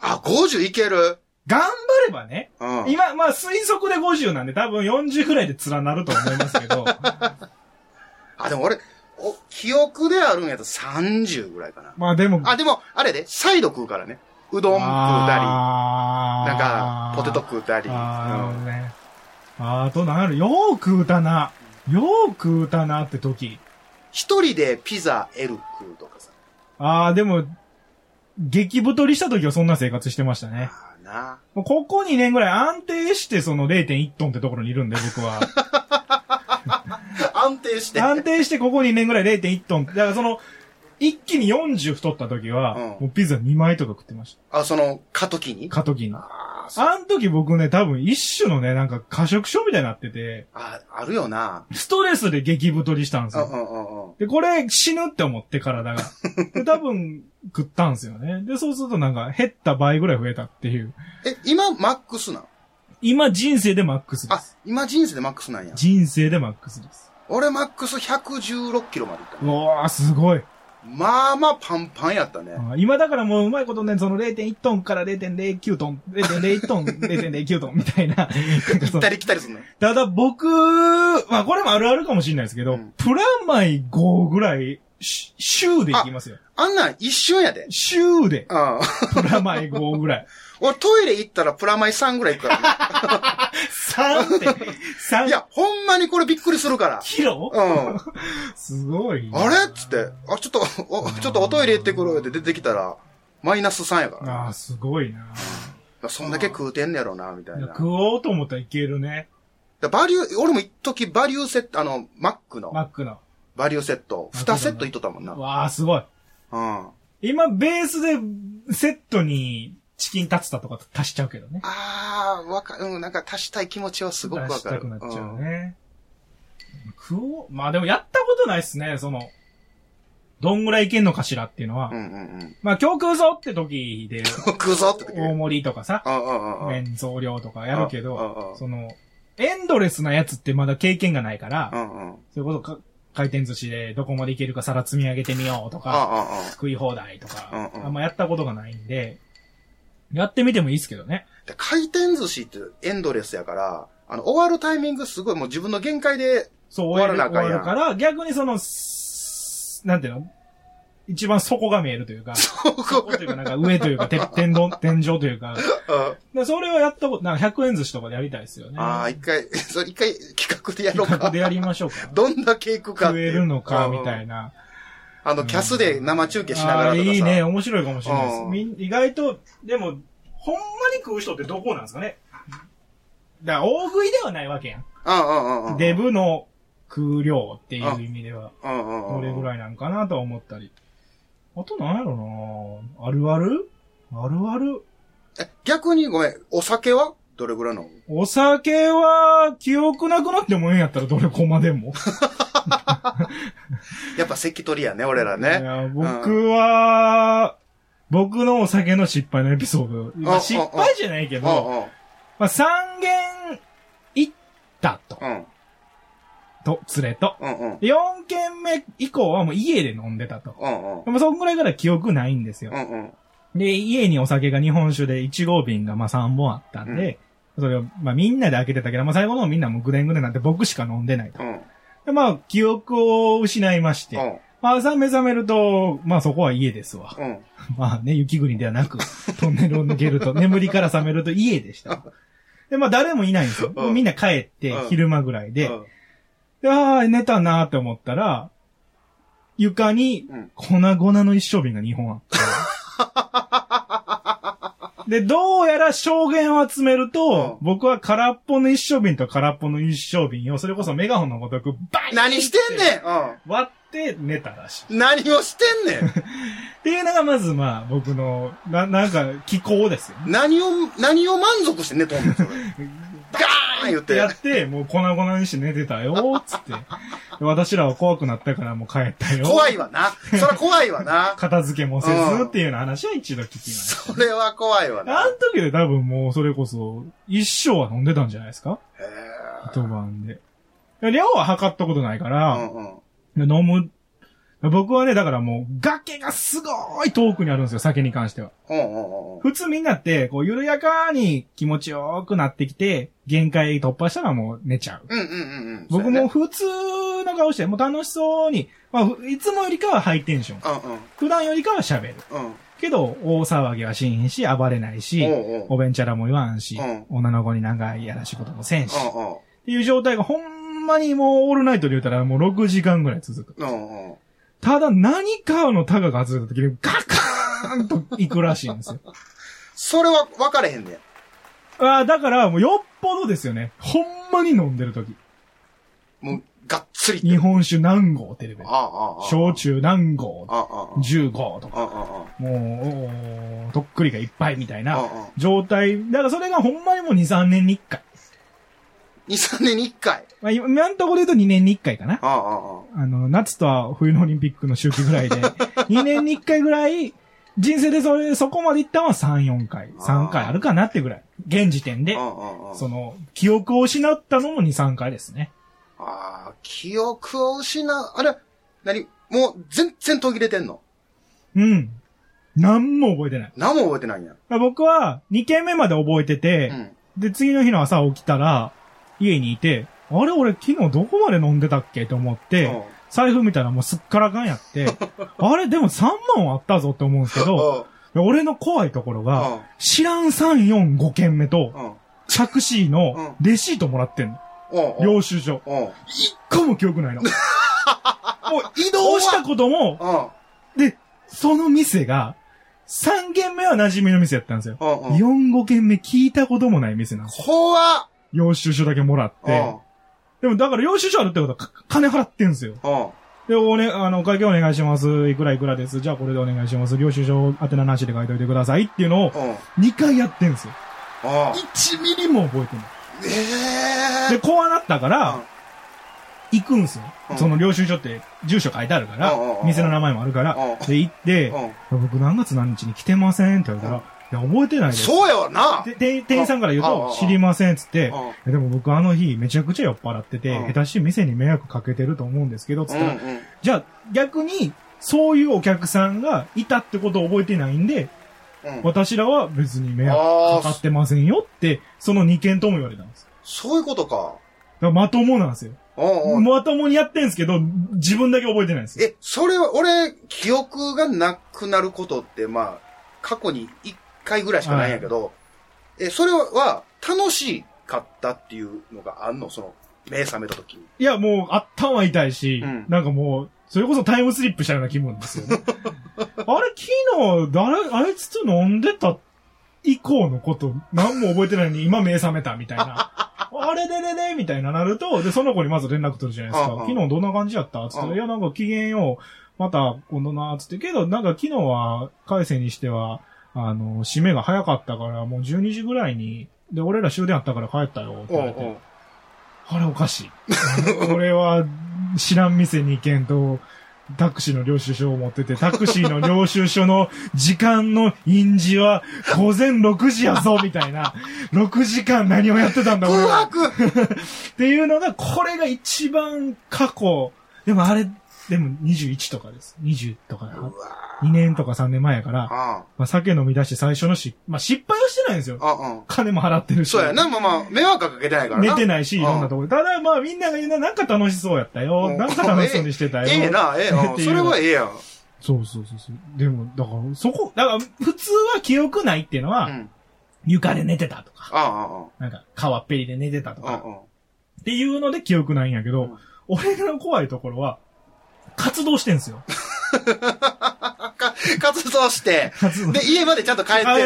Speaker 2: あ、50いける。
Speaker 3: 頑張ればね、
Speaker 2: うん。
Speaker 3: 今、まあ推測で50なんで多分40ぐらいで連なると思います
Speaker 2: [LAUGHS]
Speaker 3: けど、
Speaker 2: あ、でも俺、お、記憶であるんやと30ぐらいかな。
Speaker 3: まあでも、
Speaker 2: あ、でも、あれで、サイド食うからね。うどん食うたり、
Speaker 3: あー
Speaker 2: なんか、ポテト食うたり。
Speaker 3: あ
Speaker 2: うん
Speaker 3: ーね。あとなんやろ、よーく歌な。よーく歌なって時。
Speaker 2: 一人でピザ L 食うとかさ。
Speaker 3: ああ、でも、激太りした時はそんな生活してましたね。
Speaker 2: あーな。
Speaker 3: もうここ2年ぐらい安定してその0.1トンってところにいるんで、
Speaker 2: [LAUGHS]
Speaker 3: 僕は。
Speaker 2: 安定して。
Speaker 3: 安定してここ2年ぐらい0.1トン。だからその、一気に40太った時は、
Speaker 2: うん
Speaker 3: もうピザ2枚とか食ってまし
Speaker 2: あ、その、過渡期に
Speaker 3: た。過渡期に。
Speaker 2: あそう
Speaker 3: あん時僕ね、多分一種のね、なんか過食症みたいになってて、
Speaker 2: あ、あるよな。
Speaker 3: ストレスで激太りしたんです
Speaker 2: うん
Speaker 3: よ。
Speaker 2: うんうんうん。
Speaker 3: で、これ死ぬって思って体
Speaker 2: [LAUGHS]
Speaker 3: が。で、多分食ったんですよね。で、そうするとなんか減った倍ぐらい増えたっていう。
Speaker 2: え、今マックスなん
Speaker 3: 今人生でマックスで
Speaker 2: あ
Speaker 3: す。、
Speaker 2: 今人生でマックスなんや。
Speaker 3: 人生でマックスです。
Speaker 2: 俺マックス116キロまでいった
Speaker 3: う。わー、すごい。
Speaker 2: まあまあパンパンやったね。
Speaker 3: あ今だからもううまいことね、その0.1トンから0.09トン、0.01トン、0.09トンみたいな。なんかそ
Speaker 2: 行っ
Speaker 3: の
Speaker 2: たり来たりするの。
Speaker 3: ただ僕、まあこれもあるあるかもしれないですけど、
Speaker 2: うん
Speaker 3: プラマイ5ぐらい、し週でいきますよ。
Speaker 2: あんなん一瞬やで。
Speaker 3: 週で、
Speaker 2: うん。
Speaker 3: プラマイ5ぐら
Speaker 2: [LAUGHS]
Speaker 3: い。
Speaker 2: 俺トイレ行ったらプラマイ3ぐらい行くからね。
Speaker 3: 3って、 [LAUGHS]
Speaker 2: い
Speaker 3: 3
Speaker 2: や、ほんまにこれびっくりするから。
Speaker 3: キロ
Speaker 2: うん。
Speaker 3: すごいな。
Speaker 2: あれっつって、あ、ちょっと、お、ちょっとおトイレ行ってくるって出てきたら、マイナス3やから。
Speaker 3: ああ、すごいな。
Speaker 2: そんだけ食うてんねやろな、みたいな。だか
Speaker 3: 食おうと思ったらいけるね。
Speaker 2: らバリュー、俺も一時バリューセット、あの、マックの
Speaker 3: マックの。
Speaker 2: バリューセット、
Speaker 3: マックの
Speaker 2: 2セットいっとったもんな。うん。
Speaker 3: わあ、すごい。
Speaker 2: あ
Speaker 3: 今、ベースで、セットに、チキンタツタとか足しちゃうけどね。
Speaker 2: あー、わか、うん、なんか足したい気持ちはすごくわ
Speaker 3: 出
Speaker 2: かる。
Speaker 3: したくなっちゃうね。食おう。まあでもやったことないっすね、その、どんぐらいいけんのかしらっていうのは。
Speaker 2: うん。うんうんうん。 [LAUGHS]
Speaker 3: まあ今日食うぞって時で、
Speaker 2: 食うぞって時。うん
Speaker 3: 大盛りとかさ、
Speaker 2: うんうんうん。
Speaker 3: 麺増量とかやるけ
Speaker 2: うんうんう
Speaker 3: ど
Speaker 2: ん、
Speaker 3: その、エンドレスなやつってまだ経験がないから、
Speaker 2: うんうん。
Speaker 3: それこそか回転寿司でどこまでいけるか皿積み上げてみようとか、
Speaker 2: ああ、ああ。
Speaker 3: 食い放題とか、
Speaker 2: うんうん
Speaker 3: あんまやったことがないんで、やってみてもいいですけどね。
Speaker 2: で回転寿司ってエンドレスやから、あの、終わるタイミングすごいもう自分の限界で、
Speaker 3: そう、
Speaker 2: 終
Speaker 3: 終わ
Speaker 2: わら
Speaker 3: る
Speaker 2: なあかんやん
Speaker 3: 終わるから、逆にその、すなんていうの一番底が見えるというか、底というか、なんか上というか、てっぺんの、天井というか、
Speaker 2: あ
Speaker 3: でそれはやったこと、なんか100円寿司とかでやりたいですよね。
Speaker 2: あー、一回、 [LAUGHS] それ一回企画でやろう
Speaker 3: 企画
Speaker 2: か
Speaker 3: で。やりましょうか。
Speaker 2: [LAUGHS] どんだけいくかって
Speaker 3: 食
Speaker 2: いう
Speaker 3: えるのか、みたい。な。
Speaker 2: うんあの、キャスで生中継しなが
Speaker 3: あ
Speaker 2: ら
Speaker 3: あ
Speaker 2: とかさ。
Speaker 3: ーいいね、面白いかもしれないです
Speaker 2: うん
Speaker 3: みん。意外と、でも、ほんまに食う人ってどこなんですかねだから大食いではないわけやん。
Speaker 2: うんうんうんうん。
Speaker 3: デブの食う量っていう意味では。
Speaker 2: うんうんうん。
Speaker 3: どれぐらいなんかなとは思ったり。あとなんやろなあるあるあるある
Speaker 2: え、逆にごめん、お酒はどれぐらいなの
Speaker 3: お酒は、記憶なくなってもええんやったらどれこまでも。
Speaker 2: やっぱ関取やね、俺ら
Speaker 3: い
Speaker 2: ね。
Speaker 3: や僕は、僕のお酒の失敗のエピソード。まあ
Speaker 2: あ
Speaker 3: 失敗じゃないけ
Speaker 2: うん
Speaker 3: ど、
Speaker 2: うん
Speaker 3: まあ3軒行ったと。
Speaker 2: うん。
Speaker 3: と、連れと。
Speaker 2: うんうん。
Speaker 3: 4軒目以降はもう家で飲んでたと。
Speaker 2: うんうん。
Speaker 3: まあそんぐらいから記憶ないんですよ
Speaker 2: う。んうん。
Speaker 3: で、家にお酒が日本酒で1号瓶がまあ3本あったんで、それをまあみんなで開けてたけど、まあ最後の方みんなもうぐでんぐでんなって僕しか飲んでないと。
Speaker 2: うんうん。
Speaker 3: で、まあ記憶を失いまして、
Speaker 2: うん
Speaker 3: まあ朝目覚めると、まあそこは家ですわ。
Speaker 2: うん。
Speaker 3: [LAUGHS] まあね、雪国ではなく、トンネルを抜け
Speaker 2: [LAUGHS]
Speaker 3: ると、眠りから覚めると家でした。で、まあ誰もいないんですよ。
Speaker 2: うん
Speaker 3: みんな帰って
Speaker 2: うん
Speaker 3: 昼間ぐらいで
Speaker 2: う、ん
Speaker 3: でああ、寝たなーって思ったら、床に
Speaker 2: うん
Speaker 3: 粉々の一升瓶が2本あっ
Speaker 2: [LAUGHS]
Speaker 3: て。で、どうやら証言を集めると、
Speaker 2: う
Speaker 3: 僕は空っぽの一升瓶と空っぽの一升瓶を、それこそメガホンのごとく、バイン
Speaker 2: 何してんねんうん。
Speaker 3: 割って寝たらしい。
Speaker 2: 何をしてんねん
Speaker 3: っていうのがまずまあ、僕の、な、なんか、気候ですよね。
Speaker 2: 何を、何を満足して寝とんねん、それ。ガーン言っ
Speaker 3: や
Speaker 2: て。
Speaker 3: って、もう粉々にして寝てたよーっ
Speaker 2: [LAUGHS]
Speaker 3: つって。で私らは怖くなったからもう帰ったよ。
Speaker 2: 怖いわな。そら怖いわな。
Speaker 3: 片付けもせず
Speaker 2: うん
Speaker 3: っていうような話は一度聞きました。
Speaker 2: それは怖いわな。
Speaker 3: あの時で多分もうそれこそ、一生は飲んでたんじゃないですか
Speaker 2: へー
Speaker 3: 一晩で。量は測ったことないか
Speaker 2: う
Speaker 3: ら、
Speaker 2: んうん。
Speaker 3: 飲む。僕はね、だからもう、崖がすごい遠くにあるんですよ、酒に関しては。
Speaker 2: うんうんうん
Speaker 3: 普通みんなって、こう、緩やかに気持ちよくなってきて、限界突破したらもう寝ちゃう。
Speaker 2: うんうんうんうん。
Speaker 3: 僕
Speaker 2: そうや
Speaker 3: も
Speaker 2: ね。
Speaker 3: 普通の顔して、もう楽しそうに、まあ、ふいつもよりかはハイテンション。普段よりかは喋る。
Speaker 2: うんうん。うん。
Speaker 3: けど、大騒ぎはしんし、暴れないし、
Speaker 2: おうおう
Speaker 3: おべんちゃらも言わんし、
Speaker 2: うん
Speaker 3: 女の子になんかいやらしいこともせんし、っ
Speaker 2: う
Speaker 3: ていう状態がほんまにもうオールナイトで言うたらもう6時間ぐらい続く。
Speaker 2: んうん。うんうん。
Speaker 3: ただ何かのタガが外れた時にガカーンと行くらしいんです
Speaker 2: [LAUGHS]
Speaker 3: よ。
Speaker 2: それは分かれへんねん。
Speaker 3: ああ、だからもうよっぽどですよね。ほんまに飲んでる時。
Speaker 2: もう、がっすりって
Speaker 3: 日本酒何号ってレベル
Speaker 2: あ。あ、ああ。
Speaker 3: 焼酎何号
Speaker 2: ああ、ああ。
Speaker 3: ?10 号とか。
Speaker 2: ああ、あ
Speaker 3: もう、とっくりがいっぱいみたい
Speaker 2: あ。あ
Speaker 3: な
Speaker 2: あ。
Speaker 3: 状態。だからそれがほんまにもう2、3年に1回。
Speaker 2: 2、3年に1回。
Speaker 3: まあ、今今のところで言うと2年に1回かな。
Speaker 2: ああ、ああ。
Speaker 3: あの、夏とは冬のオリンピックの周期ぐ
Speaker 2: [LAUGHS]
Speaker 3: らいで、2年に1回ぐらい、人生でそれ、そこまで行ったのは3、4回、3回あるかなってぐらい。現時点で
Speaker 2: あ、あ、ああ。
Speaker 3: その、記憶を失ったのも2、3回ですね。
Speaker 2: ああ、記憶を失う。あれ、なに、もう全然途切れてんの
Speaker 3: うん。何も覚えてない。
Speaker 2: 何も覚えてないんや。
Speaker 3: まあ僕は、2件目まで覚えてて、
Speaker 2: うん。
Speaker 3: で、次の日の朝起きたら、家にいて、あれ俺昨日どこまで飲んでたっけと思って、
Speaker 2: うん
Speaker 3: 財布見たらもうすっからかんや
Speaker 2: [LAUGHS]
Speaker 3: って、あれでも3万あったぞって思うんですけど、俺の怖いところ
Speaker 2: うん。
Speaker 3: が、知らん3、4、5件目と、
Speaker 2: うん。
Speaker 3: タクシーのレシートもらってんの。
Speaker 2: うん。うん。
Speaker 3: 領収書。
Speaker 2: うん。
Speaker 3: 一個も記憶ないの。もう
Speaker 2: 移
Speaker 3: ど
Speaker 2: 動
Speaker 3: うした
Speaker 2: は
Speaker 3: ことも、で、その店が、3軒目は馴染みの店やったんですよ。
Speaker 2: うん。うん。うん。
Speaker 3: 4、5軒目聞いたこともない店なんですよ。
Speaker 2: 怖っ。
Speaker 3: 領収書だけもらっ
Speaker 2: うん。
Speaker 3: て。でもだから領収書あるってことは、か金払ってんすよ。
Speaker 2: うん。
Speaker 3: で、おね、あの、お会計お願いします。いくらいくらです。じゃあこれでお願いします。領収書宛てなしで書いといてくださいっていうのを
Speaker 2: うん。うん。
Speaker 3: 2回やってんすよ。1ミリも覚えてない。
Speaker 2: え
Speaker 3: で、
Speaker 2: え。
Speaker 3: こうなったから、行くんすよ
Speaker 2: う。ん
Speaker 3: その領収書って、住所書いてある
Speaker 2: うん
Speaker 3: か
Speaker 2: うん
Speaker 3: ら
Speaker 2: う、ん
Speaker 3: 店の名前もあるから
Speaker 2: う、ん
Speaker 3: で、行って、
Speaker 2: う
Speaker 3: 僕何月何日に来てませんって言われたら、いや、覚えてない
Speaker 2: ん。
Speaker 3: です。
Speaker 2: そうやわな。
Speaker 3: で、店店員さんから言う
Speaker 2: うんうんう
Speaker 3: と
Speaker 2: ん、
Speaker 3: 知りませんっつって
Speaker 2: う、ん。
Speaker 3: でも僕あの日めちゃくちゃ酔っ払ってて
Speaker 2: う、ん
Speaker 3: 下手して店に迷惑かけてると思うんですけど、つ
Speaker 2: う
Speaker 3: っ
Speaker 2: ん
Speaker 3: たら、じゃあ逆に、そういうお客さんがいたってことを覚えてないんで、
Speaker 2: うん。うん。
Speaker 3: 私らは別に迷惑かかってませんよって、その2件とも言われたんです。
Speaker 2: そういうことか。
Speaker 3: だからまともなんですよ。
Speaker 2: うん。うん。
Speaker 3: まともにやってんすけど、自分だけ覚えてないんですよ。
Speaker 2: え、それは、俺、記憶がなくなることって、まあ、過去に一回ぐらいしかないんやけど、え、それは、楽しかったっていうのがあんのその、目覚めた時に。
Speaker 3: いや、もう、頭痛いし、
Speaker 2: うん
Speaker 3: なんかもう、それこそタイムスリップしたような気分ですよね。
Speaker 2: [LAUGHS]
Speaker 3: あれ、昨日、誰、あいつと飲んでた以降のこと、何も覚えてないのに、今目覚めたみたいな。
Speaker 2: [LAUGHS]
Speaker 3: あれれれれみたいななると、で、その子にまず連絡取るじゃないですか。
Speaker 2: うんうん
Speaker 3: 昨日どんな感じやったつった
Speaker 2: う
Speaker 3: ら、
Speaker 2: ん
Speaker 3: いや、なんか機嫌よう、また今度な、つって。けど、なんか昨日は、海星にしては、あの、締めが早かったから、もう12時ぐらいに、で、俺ら終電あったから帰ったよ、って言われて。あれおかしい。これは、知らん店に行けんと、タクシーの領収書を持ってて、タクシーの領収書の時間の印字は午前6時やぞ、みたいな。6時間何をやってたんだ、俺
Speaker 2: 空
Speaker 3: は。
Speaker 2: 白
Speaker 3: っていうのが、これが一番過去。でもあれ、でも21とかです。20とかな。
Speaker 2: うわ
Speaker 3: 2年とか3年前やから、
Speaker 2: あ
Speaker 3: まあ、酒飲み出して最初のし、まあ、失敗はしてないんですよ。
Speaker 2: あ、うん。
Speaker 3: 金も払ってるし。
Speaker 2: そうやな、まあまあ、迷惑はかけてないから
Speaker 3: 寝
Speaker 2: な。
Speaker 3: てないし、い
Speaker 2: うん
Speaker 3: ろんなところで。ただまあみんなが言うのはなんか楽しそうやったよ
Speaker 2: う。ん
Speaker 3: なんか楽しそうにしてたよ。
Speaker 2: ええな、ええ
Speaker 3: っ
Speaker 2: うん
Speaker 3: ていう
Speaker 2: それはええやん。
Speaker 3: そうそうそうそう。でも、だから、そこ、だから、普通は記憶ないっていうのは、
Speaker 2: うん。
Speaker 3: 床で寝てたとか、
Speaker 2: ああ、
Speaker 3: なんか川っぺりで寝てたと
Speaker 2: ああ、あ
Speaker 3: か、っていうので記憶ないんやけど、
Speaker 2: うん
Speaker 3: 俺の怖いところは、活動してんすよ。
Speaker 2: あ。か活動して、
Speaker 3: 活動
Speaker 2: で、家までちゃんと帰ってる。
Speaker 3: あ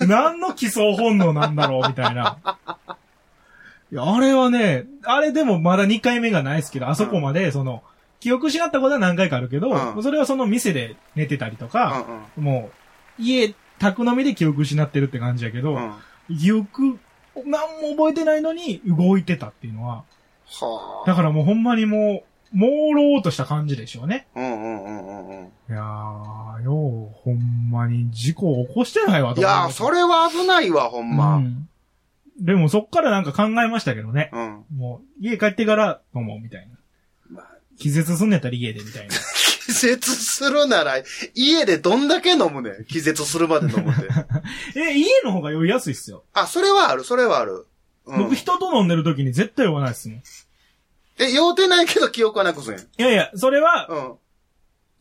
Speaker 3: れ何の基礎本能なんだろう、みたいな。いや、あれはね、あれでもまだ2回目がないですけど、あそこまで、その、記憶失ったことは何回かあるけど、
Speaker 2: うん
Speaker 3: それはその店で寝てたりと
Speaker 2: うん
Speaker 3: か、もう、家、宅飲みで記憶失ってるって感じやけ
Speaker 2: うん。う
Speaker 3: ど、
Speaker 2: ん。
Speaker 3: 記憶、何も覚えてないのに動いてたっていうのは、
Speaker 2: はあ。
Speaker 3: だからもうほんまにもう、朦朧とした感じでしょうね。
Speaker 2: うんうんうんうんうん。
Speaker 3: いやー、よう、ほんまに事故起こしてないわ、
Speaker 2: い
Speaker 3: と思
Speaker 2: や
Speaker 3: う
Speaker 2: ー、それは危ないわ、ほんま。う。
Speaker 3: うんんでもそっからなんか考えましたけどね。もう、家帰ってから飲もうみたいな。
Speaker 2: まあ、
Speaker 3: 気絶すんねやったら家でみ
Speaker 2: [LAUGHS]
Speaker 3: たいな。
Speaker 2: 気絶するなら、家でどんだけ飲むねん気絶するまで飲 [LAUGHS] むって。
Speaker 3: え、家の方が酔いやすいっすよ。
Speaker 2: あ、それはある、それはある。うん
Speaker 3: 僕人と飲んでる時に絶対酔わないっすもん。い
Speaker 2: え、酔うてないけど記憶はなくすんやん。
Speaker 3: やいや、それは
Speaker 2: う、ん。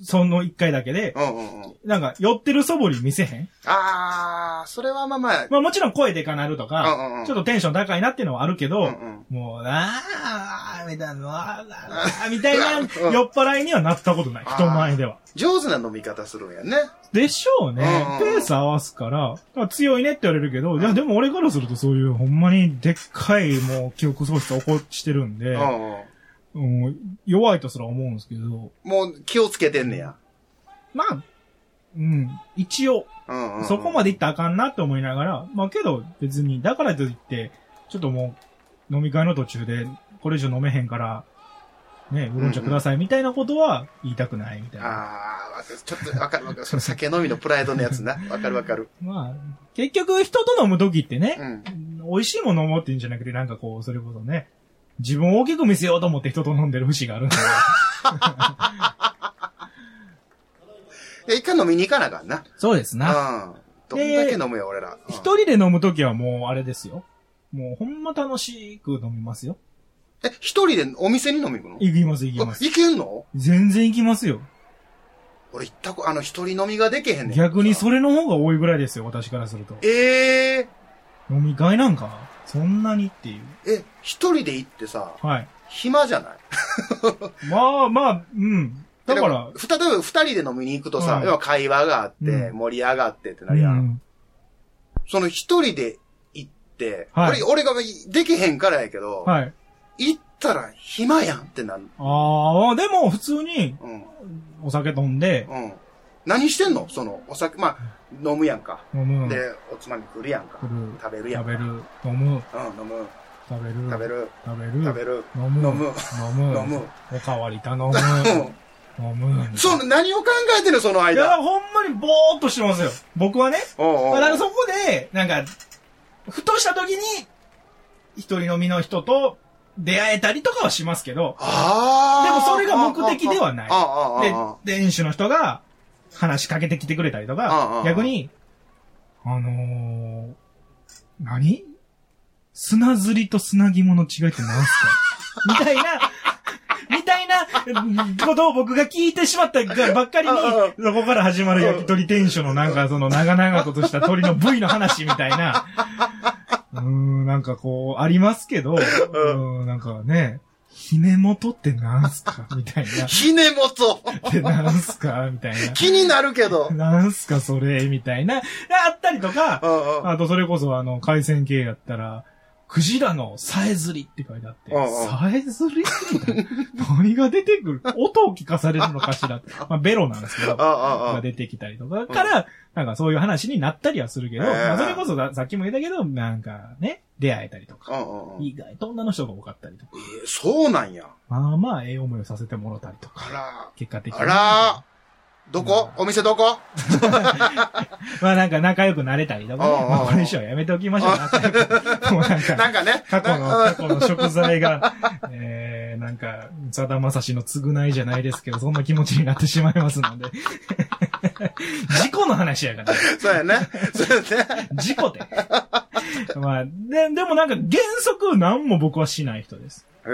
Speaker 3: その一回だけで、
Speaker 2: うんうんうん。
Speaker 3: なんか酔ってる素振り見せへん
Speaker 2: あー、それはまあまあ。
Speaker 3: まあもちろん声でかなると
Speaker 2: うんうんう
Speaker 3: か、
Speaker 2: ん
Speaker 3: ちょっとテンション高いなっていうのはあるけ
Speaker 2: うん
Speaker 3: ど、
Speaker 2: うん。
Speaker 3: もう、あー、みたいな、あーあーみたいな
Speaker 2: うん
Speaker 3: 酔っ払いにはなったことない。人前では。
Speaker 2: 上手な飲み方するんやね。
Speaker 3: でしょうね。
Speaker 2: うんうん
Speaker 3: ペース合わすから、だから強いねって言われるけど、いや、でも俺からするとそういう、ほんまにでっかい、もう、記憶喪失起こしてるんで、
Speaker 2: うんうん。
Speaker 3: ううん、弱いとすら思うんですけど、
Speaker 2: もう気をつけてんねや。
Speaker 3: まあ、うん、一応、
Speaker 2: うんうんうん、
Speaker 3: そこまでいったらあかんなって思いながら、まあけど別に、だからといって、ちょっともう飲み会の途中で、これ以上飲めへんから、ね、ウーロン茶くださいみたいなことは言いたくないみたいな。
Speaker 2: ああ、わかるちょっとわかるわかる。その酒飲みのプライドのやつな。わかるわかる。
Speaker 3: まあ、結局人と飲む時ってね
Speaker 2: う、ん。
Speaker 3: 美味しいものを持っていいんじゃなくて、なんかこう、それこそね、自分を大きく見せようと思って人と飲んでる節があるんだよ。
Speaker 2: で、一回飲みに行かなあかんな。
Speaker 3: [LAUGHS] そうです。
Speaker 2: うん。どんだけ飲むよ、俺ら。うん
Speaker 3: 一人で飲むときはもうあれですよ。もうほんま楽しく飲みますよ。
Speaker 2: え、一人でお店に飲み行くの
Speaker 3: 行きます、行き
Speaker 2: あ
Speaker 3: ます。
Speaker 2: 行けんの
Speaker 3: 全然行きますよ。
Speaker 2: 俺行ったこ、あの、一人飲みができへんねん。
Speaker 3: 逆にそ
Speaker 2: れ。
Speaker 3: れの方が多いぐらいですよ、私からすると。
Speaker 2: ええ
Speaker 3: 飲み会なんか、そんなにっていう。
Speaker 2: え、一人で行ってさ、
Speaker 3: はい。
Speaker 2: 暇じゃない
Speaker 3: まあまあ、うん。だから、
Speaker 2: でも例えば二人で飲みに行くとさ
Speaker 3: う、ん
Speaker 2: 要は会話があって、
Speaker 3: うん
Speaker 2: 盛り上がってってな
Speaker 3: う
Speaker 2: るやん。
Speaker 3: ん、
Speaker 2: その一人で行って、
Speaker 3: はい
Speaker 2: 俺、俺ができへんからやけど、
Speaker 3: はい。
Speaker 2: 行ったら暇やんってなん、
Speaker 3: ああ、でも普通に
Speaker 2: うん、
Speaker 3: お酒飲んで、
Speaker 2: うん。何してんのその、お酒、まあ、飲むやんか。
Speaker 3: 飲む、
Speaker 2: で、おつまみ来るやんか
Speaker 3: 来。る、
Speaker 2: 食べるやんか。
Speaker 3: 食べる、飲む、
Speaker 2: うん、飲む、
Speaker 3: 食べる、
Speaker 2: 食べる、
Speaker 3: 食べる、
Speaker 2: 食べる、
Speaker 3: 飲む、
Speaker 2: 飲む、
Speaker 3: 飲む、
Speaker 2: 飲む。
Speaker 3: おかわり
Speaker 2: [LAUGHS]
Speaker 3: 頼む、
Speaker 2: う
Speaker 3: 飲む。
Speaker 2: ん。その、何を考えてるその
Speaker 3: い
Speaker 2: 間。
Speaker 3: や、ほんまにぼーっとしてますよ。僕はね。
Speaker 2: おうお
Speaker 3: だから
Speaker 2: う
Speaker 3: そこで、なんか、ふとした時に、一人飲みの人と出会えたりとかはしますけど、
Speaker 2: あ
Speaker 3: で
Speaker 2: あ。
Speaker 3: もそれが目的ではない
Speaker 2: ああ、あ
Speaker 3: で
Speaker 2: あ、、
Speaker 3: 店主の人が話しかけてきてくれたりと
Speaker 2: あああ
Speaker 3: か
Speaker 2: あ、
Speaker 3: 逆に、あのー、何砂ずりと砂肝の違いっ
Speaker 2: [LAUGHS]
Speaker 3: て何すかみたいな、みたいなことを僕が聞いてしまったがばっかりに
Speaker 2: ああああ、
Speaker 3: そこから始まる焼き鳥店主のなんかその長々ととした鳥の部位の話みたいな、うーん、なんかこう、ありますけど、うーん、なんかね、ひねもとって何すかみたいな。
Speaker 2: ひねも
Speaker 3: [LAUGHS]
Speaker 2: と。
Speaker 3: ってなんすかみたい
Speaker 2: 気になるけど。
Speaker 3: [LAUGHS] な。なんすかそれみたいな。あったりとか
Speaker 2: う、んうん。
Speaker 3: あとそれこそあの、海鮮系やったら、クジラのさえずりって書いてあって、
Speaker 2: うんうん
Speaker 3: さえずりみたいな。何が出てくる音を聞かされるのかしらって [LAUGHS] まあ、ベロなんですけど
Speaker 2: あ。あ、あ
Speaker 3: が
Speaker 2: あ。
Speaker 3: 出てきたりとかから、なんかそういう話になったりはするけど、
Speaker 2: ええ
Speaker 3: まあそれこそささっきも言ったけど、なんかね、出会えたりとか、
Speaker 2: うんうんうん
Speaker 3: 意外と女の人が多かったりとか、
Speaker 2: えーそうなんや。
Speaker 3: まあまあええ思いをさせてもらったりとか、
Speaker 2: あ
Speaker 3: 結果的
Speaker 2: ら、
Speaker 3: に。
Speaker 2: あら、どこお店どこ
Speaker 3: [LAUGHS] まあなんか仲良くなれたりとかね。
Speaker 2: うんうんうん
Speaker 3: まあこれ以上やめておきましょう。仲
Speaker 2: [LAUGHS]
Speaker 3: 良く。もうなん
Speaker 2: な
Speaker 3: か、
Speaker 2: んかね。
Speaker 3: 過去の、
Speaker 2: な
Speaker 3: 過去の食材が、 [LAUGHS] えー、なんか、さだまさしの償いじゃないですけど、そんな気持ちになってしまいますので。 [LAUGHS] 事故の話やから、
Speaker 2: うんそうや
Speaker 3: [LAUGHS]
Speaker 2: ね。そうやね。
Speaker 3: 事故で。まあ、で、でもなんか原則何も僕はしない人です。
Speaker 2: へ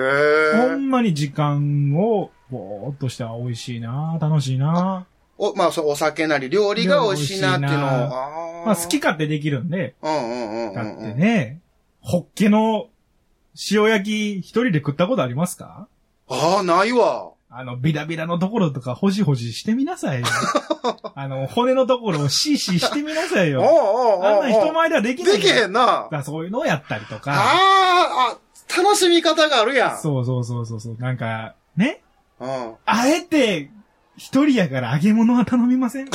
Speaker 3: ほ
Speaker 2: え。
Speaker 3: んまに時間を、ぼーっとして、あ美味しいな楽しいな
Speaker 2: お、まあ、そう、お酒なり、料理が美味しいなっていうのを。
Speaker 3: 料理美味しいな
Speaker 2: あー
Speaker 3: まあ好き。勝手できるんで、
Speaker 2: うんうんうんう
Speaker 3: だ
Speaker 2: ん
Speaker 3: っ
Speaker 2: う
Speaker 3: て
Speaker 2: ん。
Speaker 3: ね、ホッケの塩焼き一人で食ったことありますか
Speaker 2: ああ、ないわ。
Speaker 3: あの、ビラビラのところとかほじほじしてみなさ
Speaker 2: [LAUGHS]
Speaker 3: いよ。あの、骨のところをシーシーしてみなさい
Speaker 2: おう
Speaker 3: よ。あ
Speaker 2: お
Speaker 3: ん
Speaker 2: うおうおう
Speaker 3: な人前ではできない。
Speaker 2: できへんな。
Speaker 3: だか
Speaker 2: あ
Speaker 3: らそういうのをやったりとか。
Speaker 2: あー、あ、楽しみ方があるやん。
Speaker 3: そうそうそうそうそう。なんか、ね。
Speaker 2: うん。
Speaker 3: あえて、一人やから揚げ物は頼みません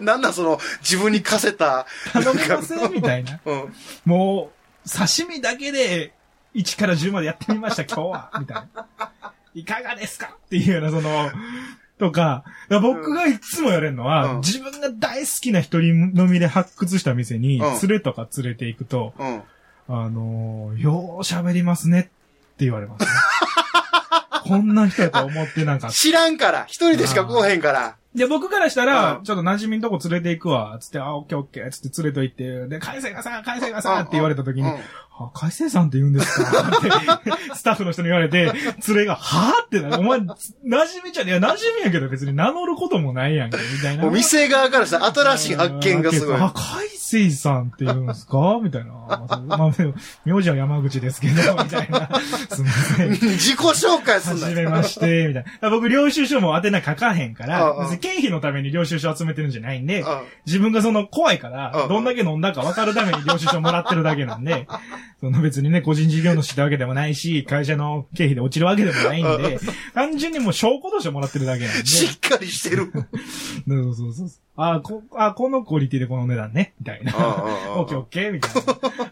Speaker 2: なんだその、自分に課せた。
Speaker 3: 頼みませんみたいな。
Speaker 2: うん。
Speaker 3: もう、刺身だけで、1から10までやってみ
Speaker 2: [LAUGHS]
Speaker 3: ました、今日は、みたいな。いかがですかっていうような、その、とか、だから僕がいつもやれるのは、
Speaker 2: うん
Speaker 3: 自分が大好きな一人飲みで発掘した店に、
Speaker 2: うん
Speaker 3: 連れとか連れて行くと、
Speaker 2: うん。
Speaker 3: あのーよう喋りますねって言わ
Speaker 2: [LAUGHS]
Speaker 3: れます、ね。こんな人やと思ってなんかった。
Speaker 2: 知らんから。一人でしか来おへんから。
Speaker 3: で、僕からしたら
Speaker 2: う、ん
Speaker 3: ちょっと馴染みのとこ連れて行くわ、つって、あ、オッケーオッケー、つって連れと行って、で、海鮮がさ、海鮮がさ、って言われた時に、
Speaker 2: うん
Speaker 3: あ、海星さんって言うんですかって、スタッフの人に言われて、連れが、はぁってなる。お前、馴染みじゃねえ。いや、馴染みやけど別に名乗ることもないやんけ、みたいな。
Speaker 2: お店側からしたら新しい発見がすごい。
Speaker 3: あ、
Speaker 2: あ
Speaker 3: 海せいさんって言うんですかみたいな。まあそうまあ、名字は山口ですけど、みたいな。すみません。
Speaker 2: [LAUGHS] 自己紹介すん
Speaker 3: は
Speaker 2: な
Speaker 3: じ
Speaker 2: よ
Speaker 3: めまして、みたい [LAUGHS] な。僕、領収書も宛名書かへんか
Speaker 2: あ
Speaker 3: ら
Speaker 2: あ、
Speaker 3: 別に経費のために領収書集めてるんじゃないんで、
Speaker 2: あ
Speaker 3: 自分がその怖いか
Speaker 2: ああ
Speaker 3: ら、どんだけ飲んだか分かるために領収書もらってるだけなん [LAUGHS] で、その別にね、個人事業主したわけでもないし、会社の経費で落ちるわけでもないんで、単純にもう証拠と [LAUGHS] してもらってるだけなんで、
Speaker 2: しっかりしてる。
Speaker 3: そうそうそうそう。あこ、あ、このクオリティでこの値段ね、みたいな。 [LAUGHS] オッケーオッケーみたい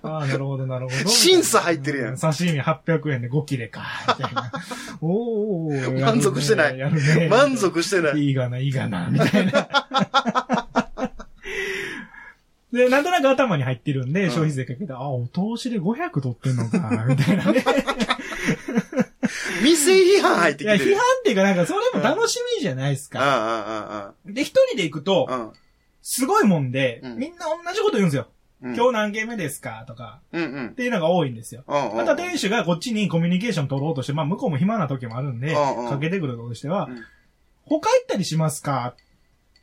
Speaker 3: な。ああ、なるほど、なるほど。
Speaker 2: 審査入ってるやん
Speaker 3: う刺身800円で5切れか、みたいな。おーおーおー
Speaker 2: 満足してない
Speaker 3: やるね
Speaker 2: 満足してない。
Speaker 3: いいがな、いいがな、みたいな。で、なんとなく頭に入ってるんで、
Speaker 2: うん
Speaker 3: 消費税かけて、あ、お通しで500取ってんのか、みた
Speaker 2: [LAUGHS]
Speaker 3: いなね。
Speaker 2: 店批判入って
Speaker 3: い
Speaker 2: き
Speaker 3: や、
Speaker 2: て
Speaker 3: 批
Speaker 2: る
Speaker 3: 判。っていうか、なんか、それも楽しみじゃないです
Speaker 2: ああ
Speaker 3: か。
Speaker 2: ああ
Speaker 3: で、一人で行くと
Speaker 2: あ、ああ
Speaker 3: すごいもんで
Speaker 2: う、ん
Speaker 3: みんな同じこと言うんです
Speaker 2: う
Speaker 3: よ。
Speaker 2: ん
Speaker 3: 今日何件目ですかとか、
Speaker 2: うんうん
Speaker 3: っ。ていうのが多いんですよ。
Speaker 2: うんうん
Speaker 3: また店主がこっちにコミュニケーション取ろうとして、まあ向こうも暇な時もあるんで、
Speaker 2: うんうん
Speaker 3: かけてくるとしては
Speaker 2: うん、
Speaker 3: 他行ったりしますかって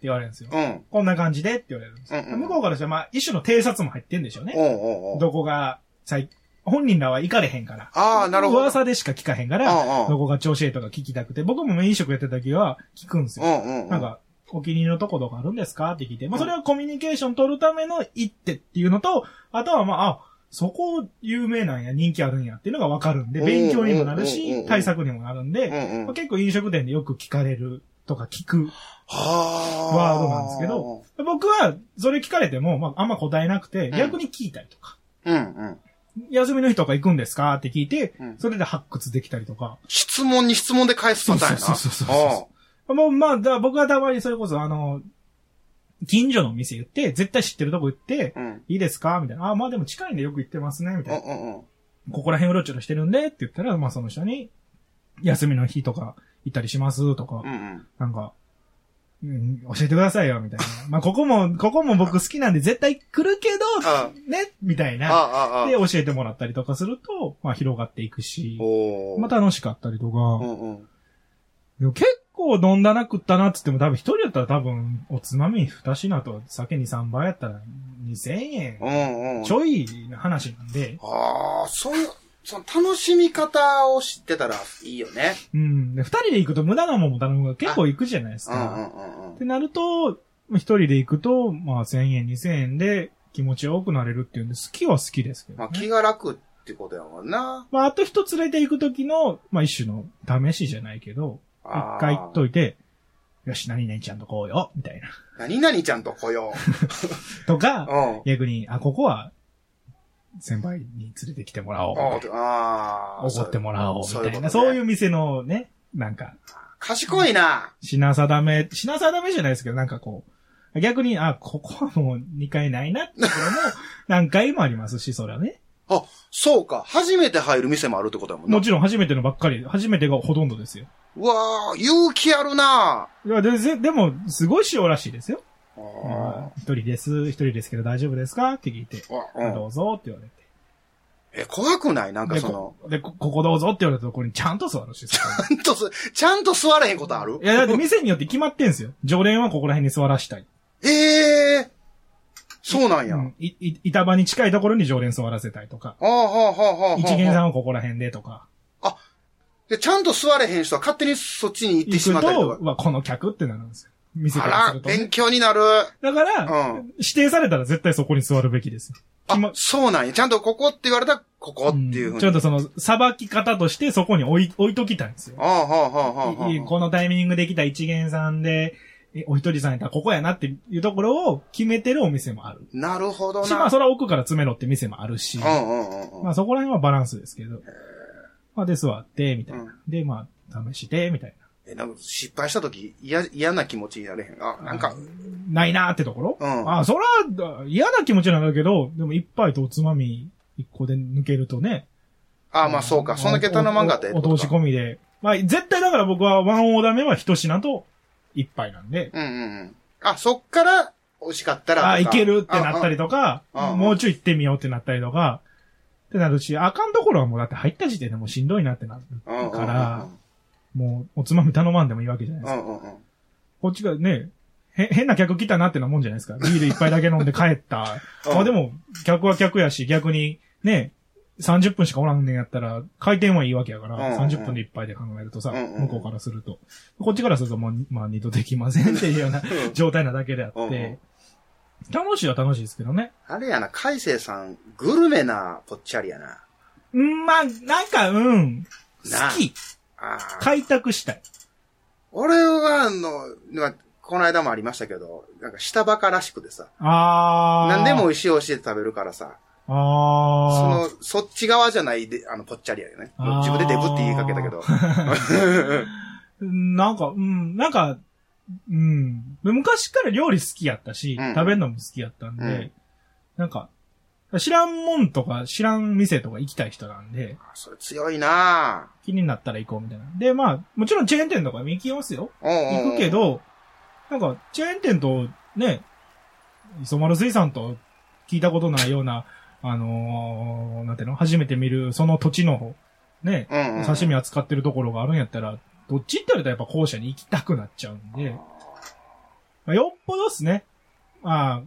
Speaker 3: 言われるんですよ。
Speaker 2: うん。
Speaker 3: こんな感じでって言われるんですよ。
Speaker 2: うんうん
Speaker 3: 向こうからしたら、まあ一種の偵察も入ってんでしょうね。
Speaker 2: おうおうおう
Speaker 3: どこが最、本人らは行かれへんから。
Speaker 2: ああ、なるほど。
Speaker 3: 噂でしか聞かへんか
Speaker 2: う
Speaker 3: ら、
Speaker 2: んうん
Speaker 3: どこが調子ええとか聞きたくて、僕も飲食やってた時は聞くんですよ。
Speaker 2: うんうんうん。
Speaker 3: なんか、お気に入りのとことかあるんですかって聞いて、まあ、それはコミュニケーション取るための一手っていうのと、あとはまあ、あ、そこ有名なんや、人気あるんやっていうのがわかるんで、
Speaker 2: うん
Speaker 3: 勉強にもな
Speaker 2: うんうん
Speaker 3: る
Speaker 2: うん
Speaker 3: し、対策にもなるん
Speaker 2: うん
Speaker 3: で、
Speaker 2: うん
Speaker 3: まあ、結構飲食店でよく聞かれるとか聞く。
Speaker 2: はあ。
Speaker 3: ワードなんですけど。僕は、それ聞かれても、まあ、あんま答えなくて、
Speaker 2: うん
Speaker 3: 逆に聞いたりとか、
Speaker 2: うんうん。
Speaker 3: 休みの日とか行くんですかって聞いて
Speaker 2: うん、
Speaker 3: それで発掘できたりとか。
Speaker 2: 質問に質問で返すパターンやな。
Speaker 3: そうそうそうそうそもう、まあ、だから僕はたまにそれこそ、あの、近所の店言って、絶対知ってるとこ行って、
Speaker 2: うんうん
Speaker 3: いいですかみたいな。あ、まあでも近いんでよく行ってますね。み
Speaker 2: う
Speaker 3: た
Speaker 2: ん
Speaker 3: いな。
Speaker 2: うんうん。
Speaker 3: ここら辺うろちょろしてるんでって言ったら、まあその人に、休みの日とか行ったりしますとか
Speaker 2: う、んうん。
Speaker 3: なんか、うん、教えてくださいよ、みたいな。まあここも、ここも僕好きなんで絶対来るけど、
Speaker 2: あ
Speaker 3: ねみたい
Speaker 2: あ、
Speaker 3: な。
Speaker 2: ああ、あ
Speaker 3: で、
Speaker 2: あ。
Speaker 3: 教えてもらったりとかすると、まあ広がっていくし、
Speaker 2: おお。
Speaker 3: まあ、楽しかったりと
Speaker 2: う
Speaker 3: か、
Speaker 2: んうん。
Speaker 3: でも結構飲んだな食ったなって言っても多分一人だったら多分、おつまみ二品と酒に3杯やったら2000円
Speaker 2: うんうん。
Speaker 3: ちょいな話なんで、
Speaker 2: ああ、そういう、その楽しみ方を知ってたらいいよね。
Speaker 3: うん。で、二人で行くと無駄なもんも頼むが結構行くじゃないです
Speaker 2: うんう
Speaker 3: か。
Speaker 2: んうん
Speaker 3: ってなると、一人で行くと、まあ、1000円、2000円で気持ちよくなれるっていうんで、好きは好きですけ
Speaker 2: ま
Speaker 3: ど、
Speaker 2: あ
Speaker 3: ね。
Speaker 2: 気が楽ってことやもんな。
Speaker 3: まあ、あと人連れて行く時の、まあ、一種の試しじゃないけど、
Speaker 2: あー
Speaker 3: 一回行っといて、よし、何々ちゃんとこうよ、みたいな。 [LAUGHS]
Speaker 2: 何々ちゃんと来よ
Speaker 3: と
Speaker 2: う。
Speaker 3: か、
Speaker 2: うん。
Speaker 3: 逆に、あ、ここは、先輩に連れてきてもらおう。
Speaker 2: あーあー、
Speaker 3: おごってもらおう、みたいな。そう
Speaker 2: そういうことね
Speaker 3: いう店のね、なんか、
Speaker 2: 賢いな。
Speaker 3: 品定め、品定めじゃないですけど、なんかこう、逆に、あ、ここはもう2回ないなってところも何回もありますし、それはね。
Speaker 2: あ、そうか。初めて入る店もあるってことやもんな
Speaker 3: も。ちろん初めてのばっかり、初めてがほとんどですよ。
Speaker 2: うわー、勇気あるない
Speaker 3: や、で、ぜでも、すごい塩らしいですよ。
Speaker 2: あー
Speaker 3: 一人です、一人ですけど大丈夫ですかって聞いて、
Speaker 2: あう
Speaker 3: ど
Speaker 2: ん
Speaker 3: うぞって言われて。
Speaker 2: え、怖くないなんか
Speaker 3: で
Speaker 2: その
Speaker 3: こ、でこ、ここどうぞって言われたところにちゃんと座るし。そこ
Speaker 2: ちゃんとす、ちゃんと座れへんことある
Speaker 3: にいや、だって店によって決まってんすよ。常連はここら辺に座らしたい。
Speaker 2: ええー、そうなんや。
Speaker 3: うんい、い、板場に近いところに常連座らせたいとか、
Speaker 2: ああ、はあ、はあ、はあ。
Speaker 3: 一元さんはここら辺でとか。
Speaker 2: で、ちゃんと座れへん人は勝手にそっちに行ってしま
Speaker 3: 行
Speaker 2: ったりと
Speaker 3: く
Speaker 2: か
Speaker 3: と、。はこの客ってなるんですよ。店から
Speaker 2: あ
Speaker 3: す
Speaker 2: ら
Speaker 3: る、とね、
Speaker 2: 勉強になる。
Speaker 3: だから、
Speaker 2: うん
Speaker 3: 指定されたら絶対そこに座るべきです。決ま
Speaker 2: あ、そうなんや。ちゃんとここって言われたら、ここっていうふう
Speaker 3: うん
Speaker 2: に。
Speaker 3: ちょっとその、さばき方としてそこに置い、置いときたいんですよ。
Speaker 2: ああ、はあ、はあ、はあ
Speaker 3: いい
Speaker 2: は
Speaker 3: このタイミングで来た一元さんで、えお一人さんやったらここやなっていうところを決めてるお店もある。
Speaker 2: あ。なるほど
Speaker 3: し、まあ
Speaker 2: な。
Speaker 3: それは奥から詰めろって店もあるし、
Speaker 2: うんうんうんう
Speaker 3: ま
Speaker 2: ん。
Speaker 3: あそこら辺はバランスですけど。まあで座って、みたいな。
Speaker 2: うん
Speaker 3: で、まあ、試して、みたい
Speaker 2: え、なんか失敗した時、嫌、嫌な気持ちになれへん。あ、
Speaker 3: な。
Speaker 2: なんか、、
Speaker 3: ないなーってところ
Speaker 2: うん。
Speaker 3: あ、そら、だ嫌な気持ちなんだけど、でも一杯とおつまみ一個で抜けるとね。
Speaker 2: あ、まあそうか。そんだけ頼まんかったらええ
Speaker 3: お
Speaker 2: って
Speaker 3: お
Speaker 2: こと
Speaker 3: お通し
Speaker 2: か
Speaker 3: 込みで。まあ、絶対だから僕はワンオーダー目は一品と一杯なんで。
Speaker 2: うんうんうん。あ、そっから、美味しかったらとか。
Speaker 3: あ、いけるってなったり
Speaker 2: と
Speaker 3: とか
Speaker 2: うんう、ん
Speaker 3: もうちょい行ってみようってなったりとか、ってなるし、あかんところはもうだって入った時点でもうしんどいなってなるから、。もうおつまみ頼まんでもいいわけじゃない
Speaker 2: うん
Speaker 3: で
Speaker 2: う
Speaker 3: す
Speaker 2: んうんうんうん
Speaker 3: か。
Speaker 2: うんうん。
Speaker 3: こっちがね、へ変な客来たなってなもんじゃないですか。ビール一杯だけ飲んで帰
Speaker 2: [LAUGHS]
Speaker 3: った。
Speaker 2: うん
Speaker 3: まあでも、客は客やし、逆に、ね、30分しかおらんねんやったら、回転はいいわけやから、
Speaker 2: うんうん
Speaker 3: 30分で一杯で考えるとさ、
Speaker 2: うんうん
Speaker 3: 向こうからすると。こっちからすると、もう、まあ二度できませんってい
Speaker 2: [LAUGHS]
Speaker 3: うような状態なだけであって、
Speaker 2: うんうん
Speaker 3: 楽しいは楽しいですけどね。
Speaker 2: あれやな、海星さん、グルメなぽっちゃりやな。
Speaker 3: うん、まあ、なんか、うん。
Speaker 2: なあ
Speaker 3: 好き。
Speaker 2: ああ。
Speaker 3: 開拓したい。
Speaker 2: 俺は、あの、まあ、この間もありましたけど、なんか下バカらしくてさ、
Speaker 3: あー。
Speaker 2: 何でも美味しい美味しいで食べるからさ、そ
Speaker 3: あ
Speaker 2: の、そっち側じゃないで、あの、ぽっちゃりやよね。
Speaker 3: あー
Speaker 2: 自分でデブって言いかけたけど。
Speaker 3: その、なんか、うん、なんか、うん。昔から料理好きやったし、
Speaker 2: うん
Speaker 3: 食べるのも好きやったんで、
Speaker 2: うん
Speaker 3: なんか、知らんもんとか知らん店とか行きたい人なんで、
Speaker 2: あそれ強いな
Speaker 3: 気になったら行こうみたいな。で、まあ、もちろんチェーン店とかも行きますよ。
Speaker 2: ぁ。うんうん
Speaker 3: 行くけ。ど、なんか、チェーン店と、ね、磯丸水産と聞いたことないような、あのー、なんていうの初めて見る、その土地の、ね、
Speaker 2: うんうんうん
Speaker 3: 刺身扱ってるところがあるんやったら、どっち行ったらやっぱ後者に行きたくなっちゃうんで、まあ、よっぽどっすね。まあ、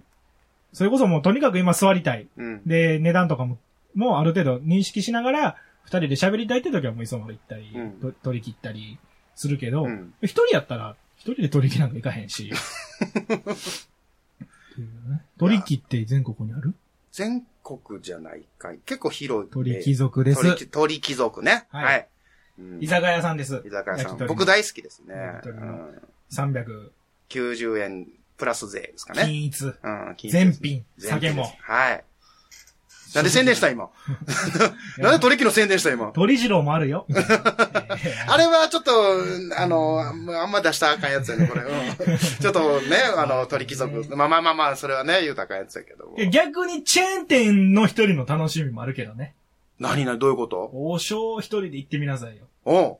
Speaker 3: それこそもうとにかく今座りたい。
Speaker 2: うん。
Speaker 3: で、値段とかも、もうある程度認識しながら、二人で喋りたいって時はもう磯丸行ったり、
Speaker 2: うん
Speaker 3: と取り切ったりするけど、
Speaker 2: うん。
Speaker 3: 一人やったら、一人で取り木なんか行かへん
Speaker 2: [LAUGHS]
Speaker 3: し。っていうね取り木って全国にある
Speaker 2: 全国じゃないかい。結構広いんで。
Speaker 3: 取り木族です。
Speaker 2: 鳥貴鳥貴族ね。
Speaker 3: はい
Speaker 2: はい。うん
Speaker 3: 居酒屋さんです。
Speaker 2: 居酒屋さ
Speaker 3: 焼
Speaker 2: ん。
Speaker 3: き鳥
Speaker 2: 僕大好きですね。
Speaker 3: 焼き鳥
Speaker 2: う
Speaker 3: の
Speaker 2: ん
Speaker 3: 300、
Speaker 2: 90円プラス税ですかね。
Speaker 3: 均一、
Speaker 2: うん、金
Speaker 3: 全品、
Speaker 2: 全品
Speaker 3: 酒も
Speaker 2: です。はい。なんで宣伝
Speaker 3: [LAUGHS]
Speaker 2: した今。なんでトリキの宣伝した今。
Speaker 3: 鳥次郎もあ
Speaker 2: [LAUGHS]
Speaker 3: るよ。
Speaker 2: あれはちょっと、あの、あんまあんま出したらあかんやつやね、これ。
Speaker 3: [LAUGHS]
Speaker 2: うんちょっとね、あの、鳥貴族。まあまあまあまあ、それはね、豊かなやつやけども。
Speaker 3: 逆にチェーン店の一人の楽しみもあるけどね。
Speaker 2: 何何どういうこと
Speaker 3: 王将一人で行ってみなさいよ。
Speaker 2: おう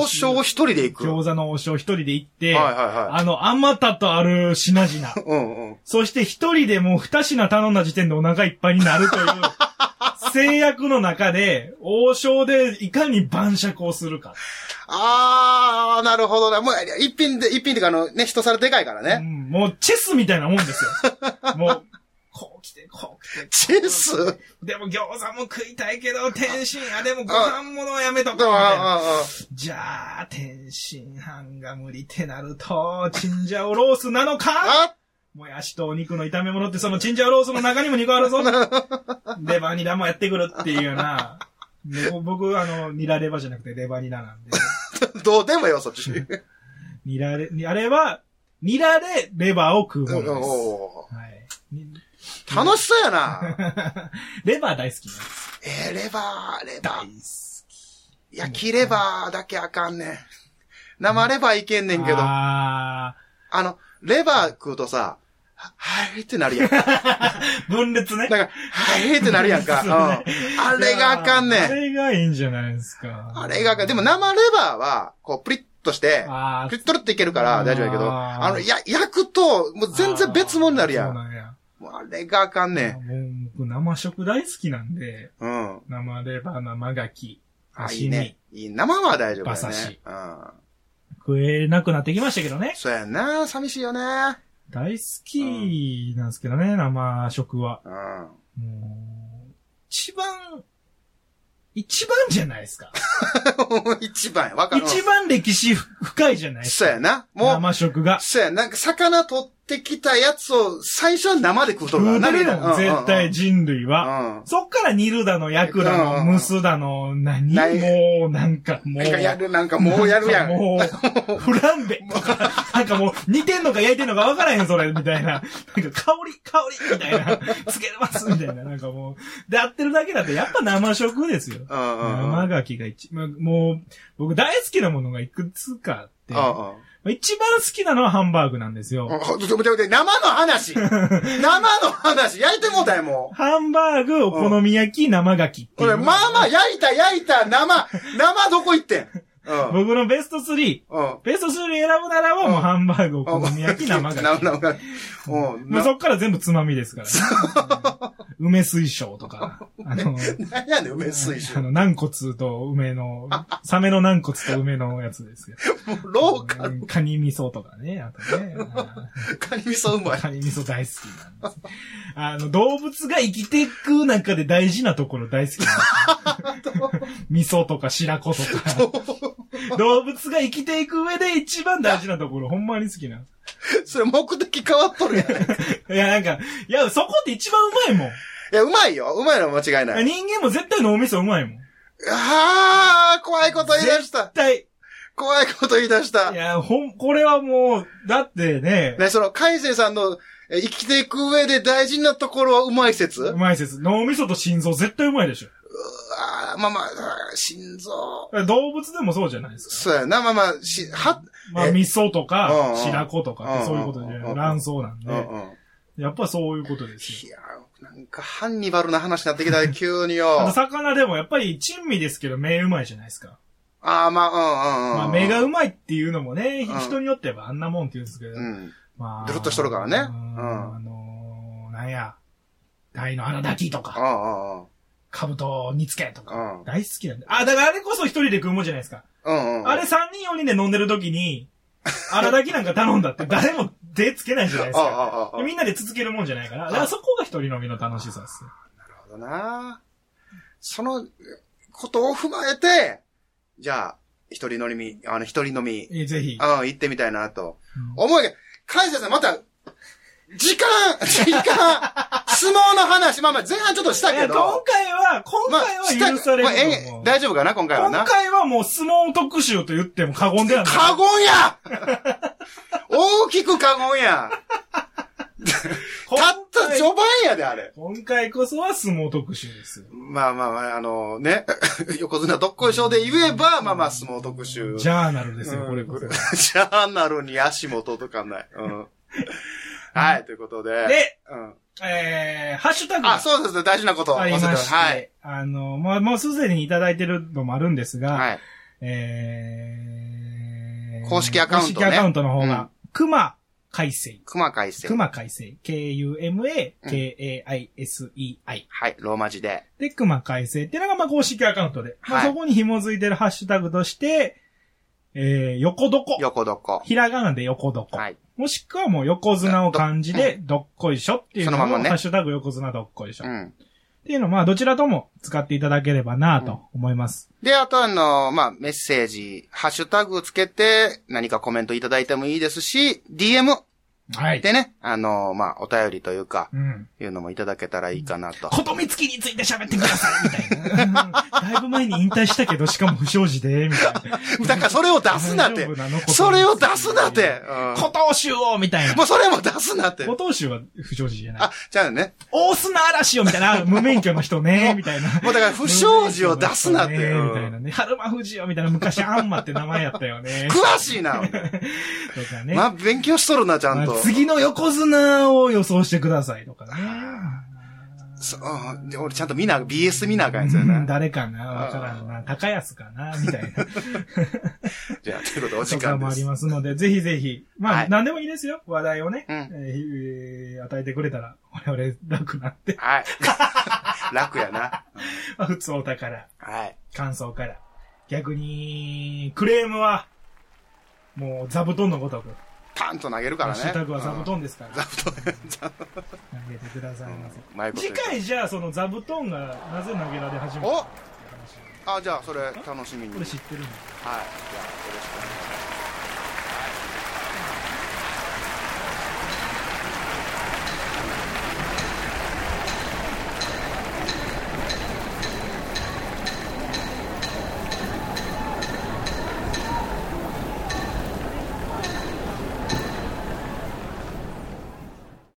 Speaker 2: 王将一人で行く。は
Speaker 3: 餃子の王将一人で行
Speaker 2: い
Speaker 3: って、
Speaker 2: はいは
Speaker 3: あの、あまたとある品々。
Speaker 2: い。うんうん。
Speaker 3: そして一人でもう二品頼んだ時点でお腹いっぱいにな
Speaker 2: [LAUGHS]
Speaker 3: るという制約の中で、王将でいかに晩酌をするか。
Speaker 2: あー、なるほどな。もう、一品で、一品っていうか、あの、ね、人皿でかいから
Speaker 3: う
Speaker 2: ね。
Speaker 3: んもうチェスみたいなもんです
Speaker 2: [LAUGHS]
Speaker 3: よ。もう、こう来て、こう来
Speaker 2: チ
Speaker 3: て。[LAUGHS]
Speaker 2: ェスあ
Speaker 3: でも餃子も食いたいけど、天津飯、あ、でもご飯物はやめとこ
Speaker 2: あ、
Speaker 3: うみたいな。
Speaker 2: ああ、
Speaker 3: じゃあ、天津飯が無理ってなると、チンジャオロースなのか
Speaker 2: あ
Speaker 3: もやしとお肉の炒め物ってそのチンジャオロースの中にも肉あるぞレバニラもやってくるっていうような。でぼ僕、あの、ニラレバじゃなくてレバニラなんで。
Speaker 2: あ、どうでもよ、そっち。
Speaker 3: ニラレ、ニラレは、ニラでレバーを食う
Speaker 2: お
Speaker 3: ものです。
Speaker 2: お
Speaker 3: はい。 [LAUGHS] に
Speaker 2: 楽しそうや
Speaker 3: [LAUGHS]
Speaker 2: な。
Speaker 3: レバー大好きなんです。
Speaker 2: えー、レバー、レバ
Speaker 3: 大
Speaker 2: ー。
Speaker 3: 好
Speaker 2: 焼きレバーだけあかんねん。生レバーいけんね
Speaker 3: き。
Speaker 2: んけど、あ
Speaker 3: あ
Speaker 2: の、レバー食うとさ、は、はいってなる
Speaker 3: [LAUGHS]
Speaker 2: やん。なんか、
Speaker 3: ー分裂ね。
Speaker 2: はいってなるやんか。うん。あれがあかんね
Speaker 3: あ
Speaker 2: ん。
Speaker 3: れがいいんじゃないですか。
Speaker 2: あれがあかん。でも生レバーは、こう、プリッとして、
Speaker 3: あ
Speaker 2: プリッとるっていけるから大丈夫やけど、
Speaker 3: あー
Speaker 2: あの、や、焼くと、もう全然別物になるや
Speaker 3: あーそ
Speaker 2: ん。
Speaker 3: うなんや。
Speaker 2: もうあれがあかんね
Speaker 3: もう僕生食大好きなんで、
Speaker 2: ん。うん。
Speaker 3: 生レバー、生ガキ、
Speaker 2: あ、
Speaker 3: 刺
Speaker 2: いい
Speaker 3: 身、
Speaker 2: ね。いい。生は大丈夫
Speaker 3: 馬
Speaker 2: だ
Speaker 3: 刺
Speaker 2: よ
Speaker 3: し
Speaker 2: ね。うん。
Speaker 3: 食えなくなってきましたけどね。
Speaker 2: そうやんな。寂しいよね。
Speaker 3: 大好きなんですけどね、生食は。
Speaker 2: うん。 [LAUGHS]
Speaker 3: もう、一番、一番じゃないですか。
Speaker 2: 一番や。わかる。
Speaker 3: 一番歴史深いじゃないです
Speaker 2: そうや
Speaker 3: か。
Speaker 2: な。もう、
Speaker 3: 生食が。
Speaker 2: そうや、なんか魚取ってきたやつを最初は生で食うとる
Speaker 3: 食
Speaker 2: か
Speaker 3: う
Speaker 2: ら
Speaker 3: てる
Speaker 2: な
Speaker 3: もん、絶対。人類
Speaker 2: うん
Speaker 3: は。
Speaker 2: うんうん。
Speaker 3: そっから煮るだの、焼くだ
Speaker 2: うんう
Speaker 3: の、
Speaker 2: んうん
Speaker 3: 蒸すだの、何
Speaker 2: ない
Speaker 3: もう、なんかもう。
Speaker 2: なんかやる、なんかもうやるやん。
Speaker 3: なんかもう、フランベとか、なんかもう、煮てんのか焼いてんのか分からへん、それ、みたいな。なんか、香り、香り、みたいな。つけます、みたいな。なんかもう、で、合ってるだけだって、やっぱ生食ですよ。
Speaker 2: うんうんうん。
Speaker 3: 生ガキが一、まもう、僕大好きなものがいくつかあっ
Speaker 2: う
Speaker 3: て、
Speaker 2: ん
Speaker 3: ま
Speaker 2: うん
Speaker 3: あ一番好きなのはハンバーグなんですよ。
Speaker 2: あちょちょちょ生の
Speaker 3: [LAUGHS]
Speaker 2: 話生の話焼いてもうたよ、もう。
Speaker 3: ハンバーグ、お好み焼き、生ガキっていう
Speaker 2: 俺、
Speaker 3: のが。
Speaker 2: まあまあ、焼いた、焼いた、生、生どこ行ってんうん。
Speaker 3: 僕のベスト3。
Speaker 2: うん。
Speaker 3: ベスト3選ぶならば、もうハンバーグ、お好み焼き、生ガ
Speaker 2: [LAUGHS]
Speaker 3: キ。
Speaker 2: 生生ガキ
Speaker 3: [LAUGHS]
Speaker 2: うん。
Speaker 3: まあ、
Speaker 2: な
Speaker 3: そっから全部つまみですか
Speaker 2: [LAUGHS]
Speaker 3: ら、ね。梅水晶とか、あの、
Speaker 2: 何やねん、梅水晶
Speaker 3: あ。の、軟骨と梅の、サメの軟骨と梅のやつですよ。
Speaker 2: もうローカル [LAUGHS]
Speaker 3: うんカニ味噌とかね、あとね。
Speaker 2: カニニ味噌うまい。
Speaker 3: カニ味噌大好きなんですね。あの、動物が生きていく中で大事なところ大好きな
Speaker 2: [LAUGHS]
Speaker 3: んですね味噌とか白子とか。動物が生きていく上で一番大事なところ、ほんまに好きなんで
Speaker 2: それ目的変わっとるやん。い
Speaker 3: す。いや、なんか、いや、そこって一番うまいもん。
Speaker 2: や、うまいよ。うまいのは間違いない。
Speaker 3: 人間も絶対脳みそうまいもん。
Speaker 2: あー、怖いこと言い出した
Speaker 3: 絶。対。
Speaker 2: 怖いこと言い出した
Speaker 3: い。や、ほん、これはもう、だってね、
Speaker 2: ね、その、カイセイさんのえ生きていく上で大事なところはうまい説
Speaker 3: うまい説。脳みそと心臓絶対うまいでしょ。
Speaker 2: あーまあまあ、あー心臓。
Speaker 3: 動物でもそうじゃないですか。
Speaker 2: そうやな、まあまあ、し、は、
Speaker 3: まあ、
Speaker 2: え
Speaker 3: 味噌と
Speaker 2: うんう
Speaker 3: か
Speaker 2: ん、
Speaker 3: 白子とかってそういうことじゃ
Speaker 2: うんうんうん
Speaker 3: な
Speaker 2: う
Speaker 3: い
Speaker 2: ん
Speaker 3: 卵巣なん
Speaker 2: うんうん
Speaker 3: で。。やっぱそういうことです
Speaker 2: い
Speaker 3: よ。
Speaker 2: やー、なんか、ハンニバルな話になってきたね、急によ。
Speaker 3: あと
Speaker 2: あ
Speaker 3: 魚でもやっぱり珍味ですけど、目うまいじゃないですか。
Speaker 2: あー、まあ、うんうんうん。
Speaker 3: まあ、目がうまいっていうのもね、
Speaker 2: うん
Speaker 3: 人によってはあんなもんって言うんですけど
Speaker 2: う。ん。
Speaker 3: まあ。
Speaker 2: ドロッとしとるからね
Speaker 3: うん
Speaker 2: うん
Speaker 3: あのー、なんや、鯛の穴炊きと
Speaker 2: あ
Speaker 3: か、
Speaker 2: あ、
Speaker 3: 兜煮つけと
Speaker 2: ああ、う
Speaker 3: か。
Speaker 2: ん。
Speaker 3: 大好きなんで。あ、だからあれこそ一人で食うもんじゃないですか。
Speaker 2: うんうん。
Speaker 3: あれ三人四人で飲んでる
Speaker 2: [LAUGHS]
Speaker 3: 時に、穴だけなんか頼んだって誰も手つけないじゃないです
Speaker 2: ああ、
Speaker 3: か。
Speaker 2: ああ、ああ。な
Speaker 3: みんなで続けるもんじゃないから、だからそこが一人飲みの楽しさですよ。
Speaker 2: るほどな。その、ことを踏まえて、じゃあ、一人乗りみ、あの、一人飲み、
Speaker 3: えぜひ。
Speaker 2: ああ、行ってみたいなと。
Speaker 3: うん
Speaker 2: 思うけど、カイセイさんまた、時間時間相撲の話、まあまあ前半ちょっとした
Speaker 3: い
Speaker 2: け
Speaker 3: や今
Speaker 2: ど、
Speaker 3: 回は、今
Speaker 2: まあし
Speaker 3: 回、
Speaker 2: た
Speaker 3: は許され
Speaker 2: まあ
Speaker 3: る
Speaker 2: え
Speaker 3: と思
Speaker 2: え
Speaker 3: う。
Speaker 2: 大丈夫かな今回は
Speaker 3: 今
Speaker 2: な。
Speaker 3: 回はもう相撲特集と言っても過言ではない。
Speaker 2: 過言や大きく過言やた
Speaker 3: 今
Speaker 2: った
Speaker 3: 回
Speaker 2: 序盤やで、あれ。
Speaker 3: 今回こそは相撲特集ですよ。
Speaker 2: まあまあまあ、あのね、 [LAUGHS] 横綱どっこい賞で言えば、まあまあ相撲特集。
Speaker 3: ジャーナルです
Speaker 2: う
Speaker 3: よ、
Speaker 2: ん
Speaker 3: これこそ。
Speaker 2: ジャーナルに足も届かない。
Speaker 3: [LAUGHS]
Speaker 2: うん。はい、ということで。
Speaker 3: で、
Speaker 2: うん。
Speaker 3: えー、ハッシュタグが
Speaker 2: あ、そうですね、大事なことを忘
Speaker 3: あ
Speaker 2: れて
Speaker 3: り
Speaker 2: ま
Speaker 3: まし
Speaker 2: す。
Speaker 3: て、
Speaker 2: はい。
Speaker 3: あの、まあ、もうすでにいただいてるのもあるんですが、
Speaker 2: はい。
Speaker 3: えー、
Speaker 2: 公式アカウントね
Speaker 3: 公式アカウントの方
Speaker 2: うん
Speaker 3: が、熊海星。
Speaker 2: 熊海星。
Speaker 3: 熊海星。K-U-M-A-K-A-I-S-E-I。
Speaker 2: はい、ローマ字で。
Speaker 3: で、熊海星っていうのが、まあ、公式アカウントで。まあ
Speaker 2: はい
Speaker 3: そこに紐づいてるハッシュタグとして、えー、横どこ。
Speaker 2: 横どこ。
Speaker 3: ひらがなで横どこ。
Speaker 2: はい。
Speaker 3: もしくはもう横綱を漢字で、どっこいしょっていうのを、
Speaker 2: そのままね
Speaker 3: ハッシュタグ横綱どっこいしょ。
Speaker 2: う
Speaker 3: っ
Speaker 2: ん。
Speaker 3: ていうのを、まあ、どちらとも使っていただければなぁと思います。
Speaker 2: で、あとあの、まあ、メッセージ、ハッシュタグつけて、何かコメントいただいてもいいですし、DM
Speaker 3: はい。
Speaker 2: でね、あの、まあ、お便りというか、
Speaker 3: うん。
Speaker 2: いうのもいただけたらいいか
Speaker 3: [LAUGHS]
Speaker 2: なと。
Speaker 3: ことみつきについて喋ってくださいみたいな。だいぶ前に引退したけど、しかも不祥事で、みたいな。
Speaker 2: だからそれを出すなっ
Speaker 3: 大
Speaker 2: て
Speaker 3: 丈夫なの
Speaker 2: [LAUGHS] それを出すなっ。て
Speaker 3: 古藤衆をみたい
Speaker 2: うん
Speaker 3: な
Speaker 2: も。うそれも出すなって
Speaker 3: 古藤衆は不祥事じゃない
Speaker 2: あ。、じゃあね。
Speaker 3: 大砂嵐よみたいな、無免許の人ね、みたいな。
Speaker 2: [LAUGHS] もうだから不祥事を出すなって。
Speaker 3: 無免許の人ねみ
Speaker 2: う
Speaker 3: たいなんね。春馬富士よみたいな、昔アンマって名前やったよね。
Speaker 2: 詳しいな。
Speaker 3: とかね。
Speaker 2: まあ、勉強しとるな、ちゃんと
Speaker 3: まあ。次の横綱を予想してくださいとかね。
Speaker 2: そううんで俺ちゃんと見な、BS 見なあかんやつや
Speaker 3: うん
Speaker 2: な。
Speaker 3: [LAUGHS] 誰かなわからんな。高安かなみ
Speaker 2: [LAUGHS]
Speaker 3: たいな。
Speaker 2: じゃあ、ということでお時
Speaker 3: とか
Speaker 2: 間
Speaker 3: も
Speaker 2: で
Speaker 3: あ
Speaker 2: す
Speaker 3: り。ますので、ぜひぜひ。まあ、
Speaker 2: はい
Speaker 3: 何でもいいですよ。話題をね、
Speaker 2: うん
Speaker 3: えー与えてくれたら、我々楽なんで。
Speaker 2: はい。 [LAUGHS] 楽やな。
Speaker 3: [LAUGHS] まあ普通お宝、
Speaker 2: はい。
Speaker 3: 感想から。逆に、クレームは、もう座布団のごとく。
Speaker 2: パンと投げるか
Speaker 3: ハ
Speaker 2: ら
Speaker 3: ッ
Speaker 2: ね。
Speaker 3: シュタグは座布
Speaker 2: うん。
Speaker 3: 団ですから。
Speaker 2: 座布団。
Speaker 3: 投げてくださいませ。
Speaker 2: うまいこと
Speaker 3: 次
Speaker 2: 言う
Speaker 3: 回じゃあ、その座布団がなぜ投げられ始めたのかっていう話を
Speaker 2: おあ、じゃあ、それ楽しみに。は
Speaker 3: こ
Speaker 2: い。
Speaker 3: れ
Speaker 2: じ
Speaker 3: 知ってるんです
Speaker 2: ゃあ、よろしくお願いします。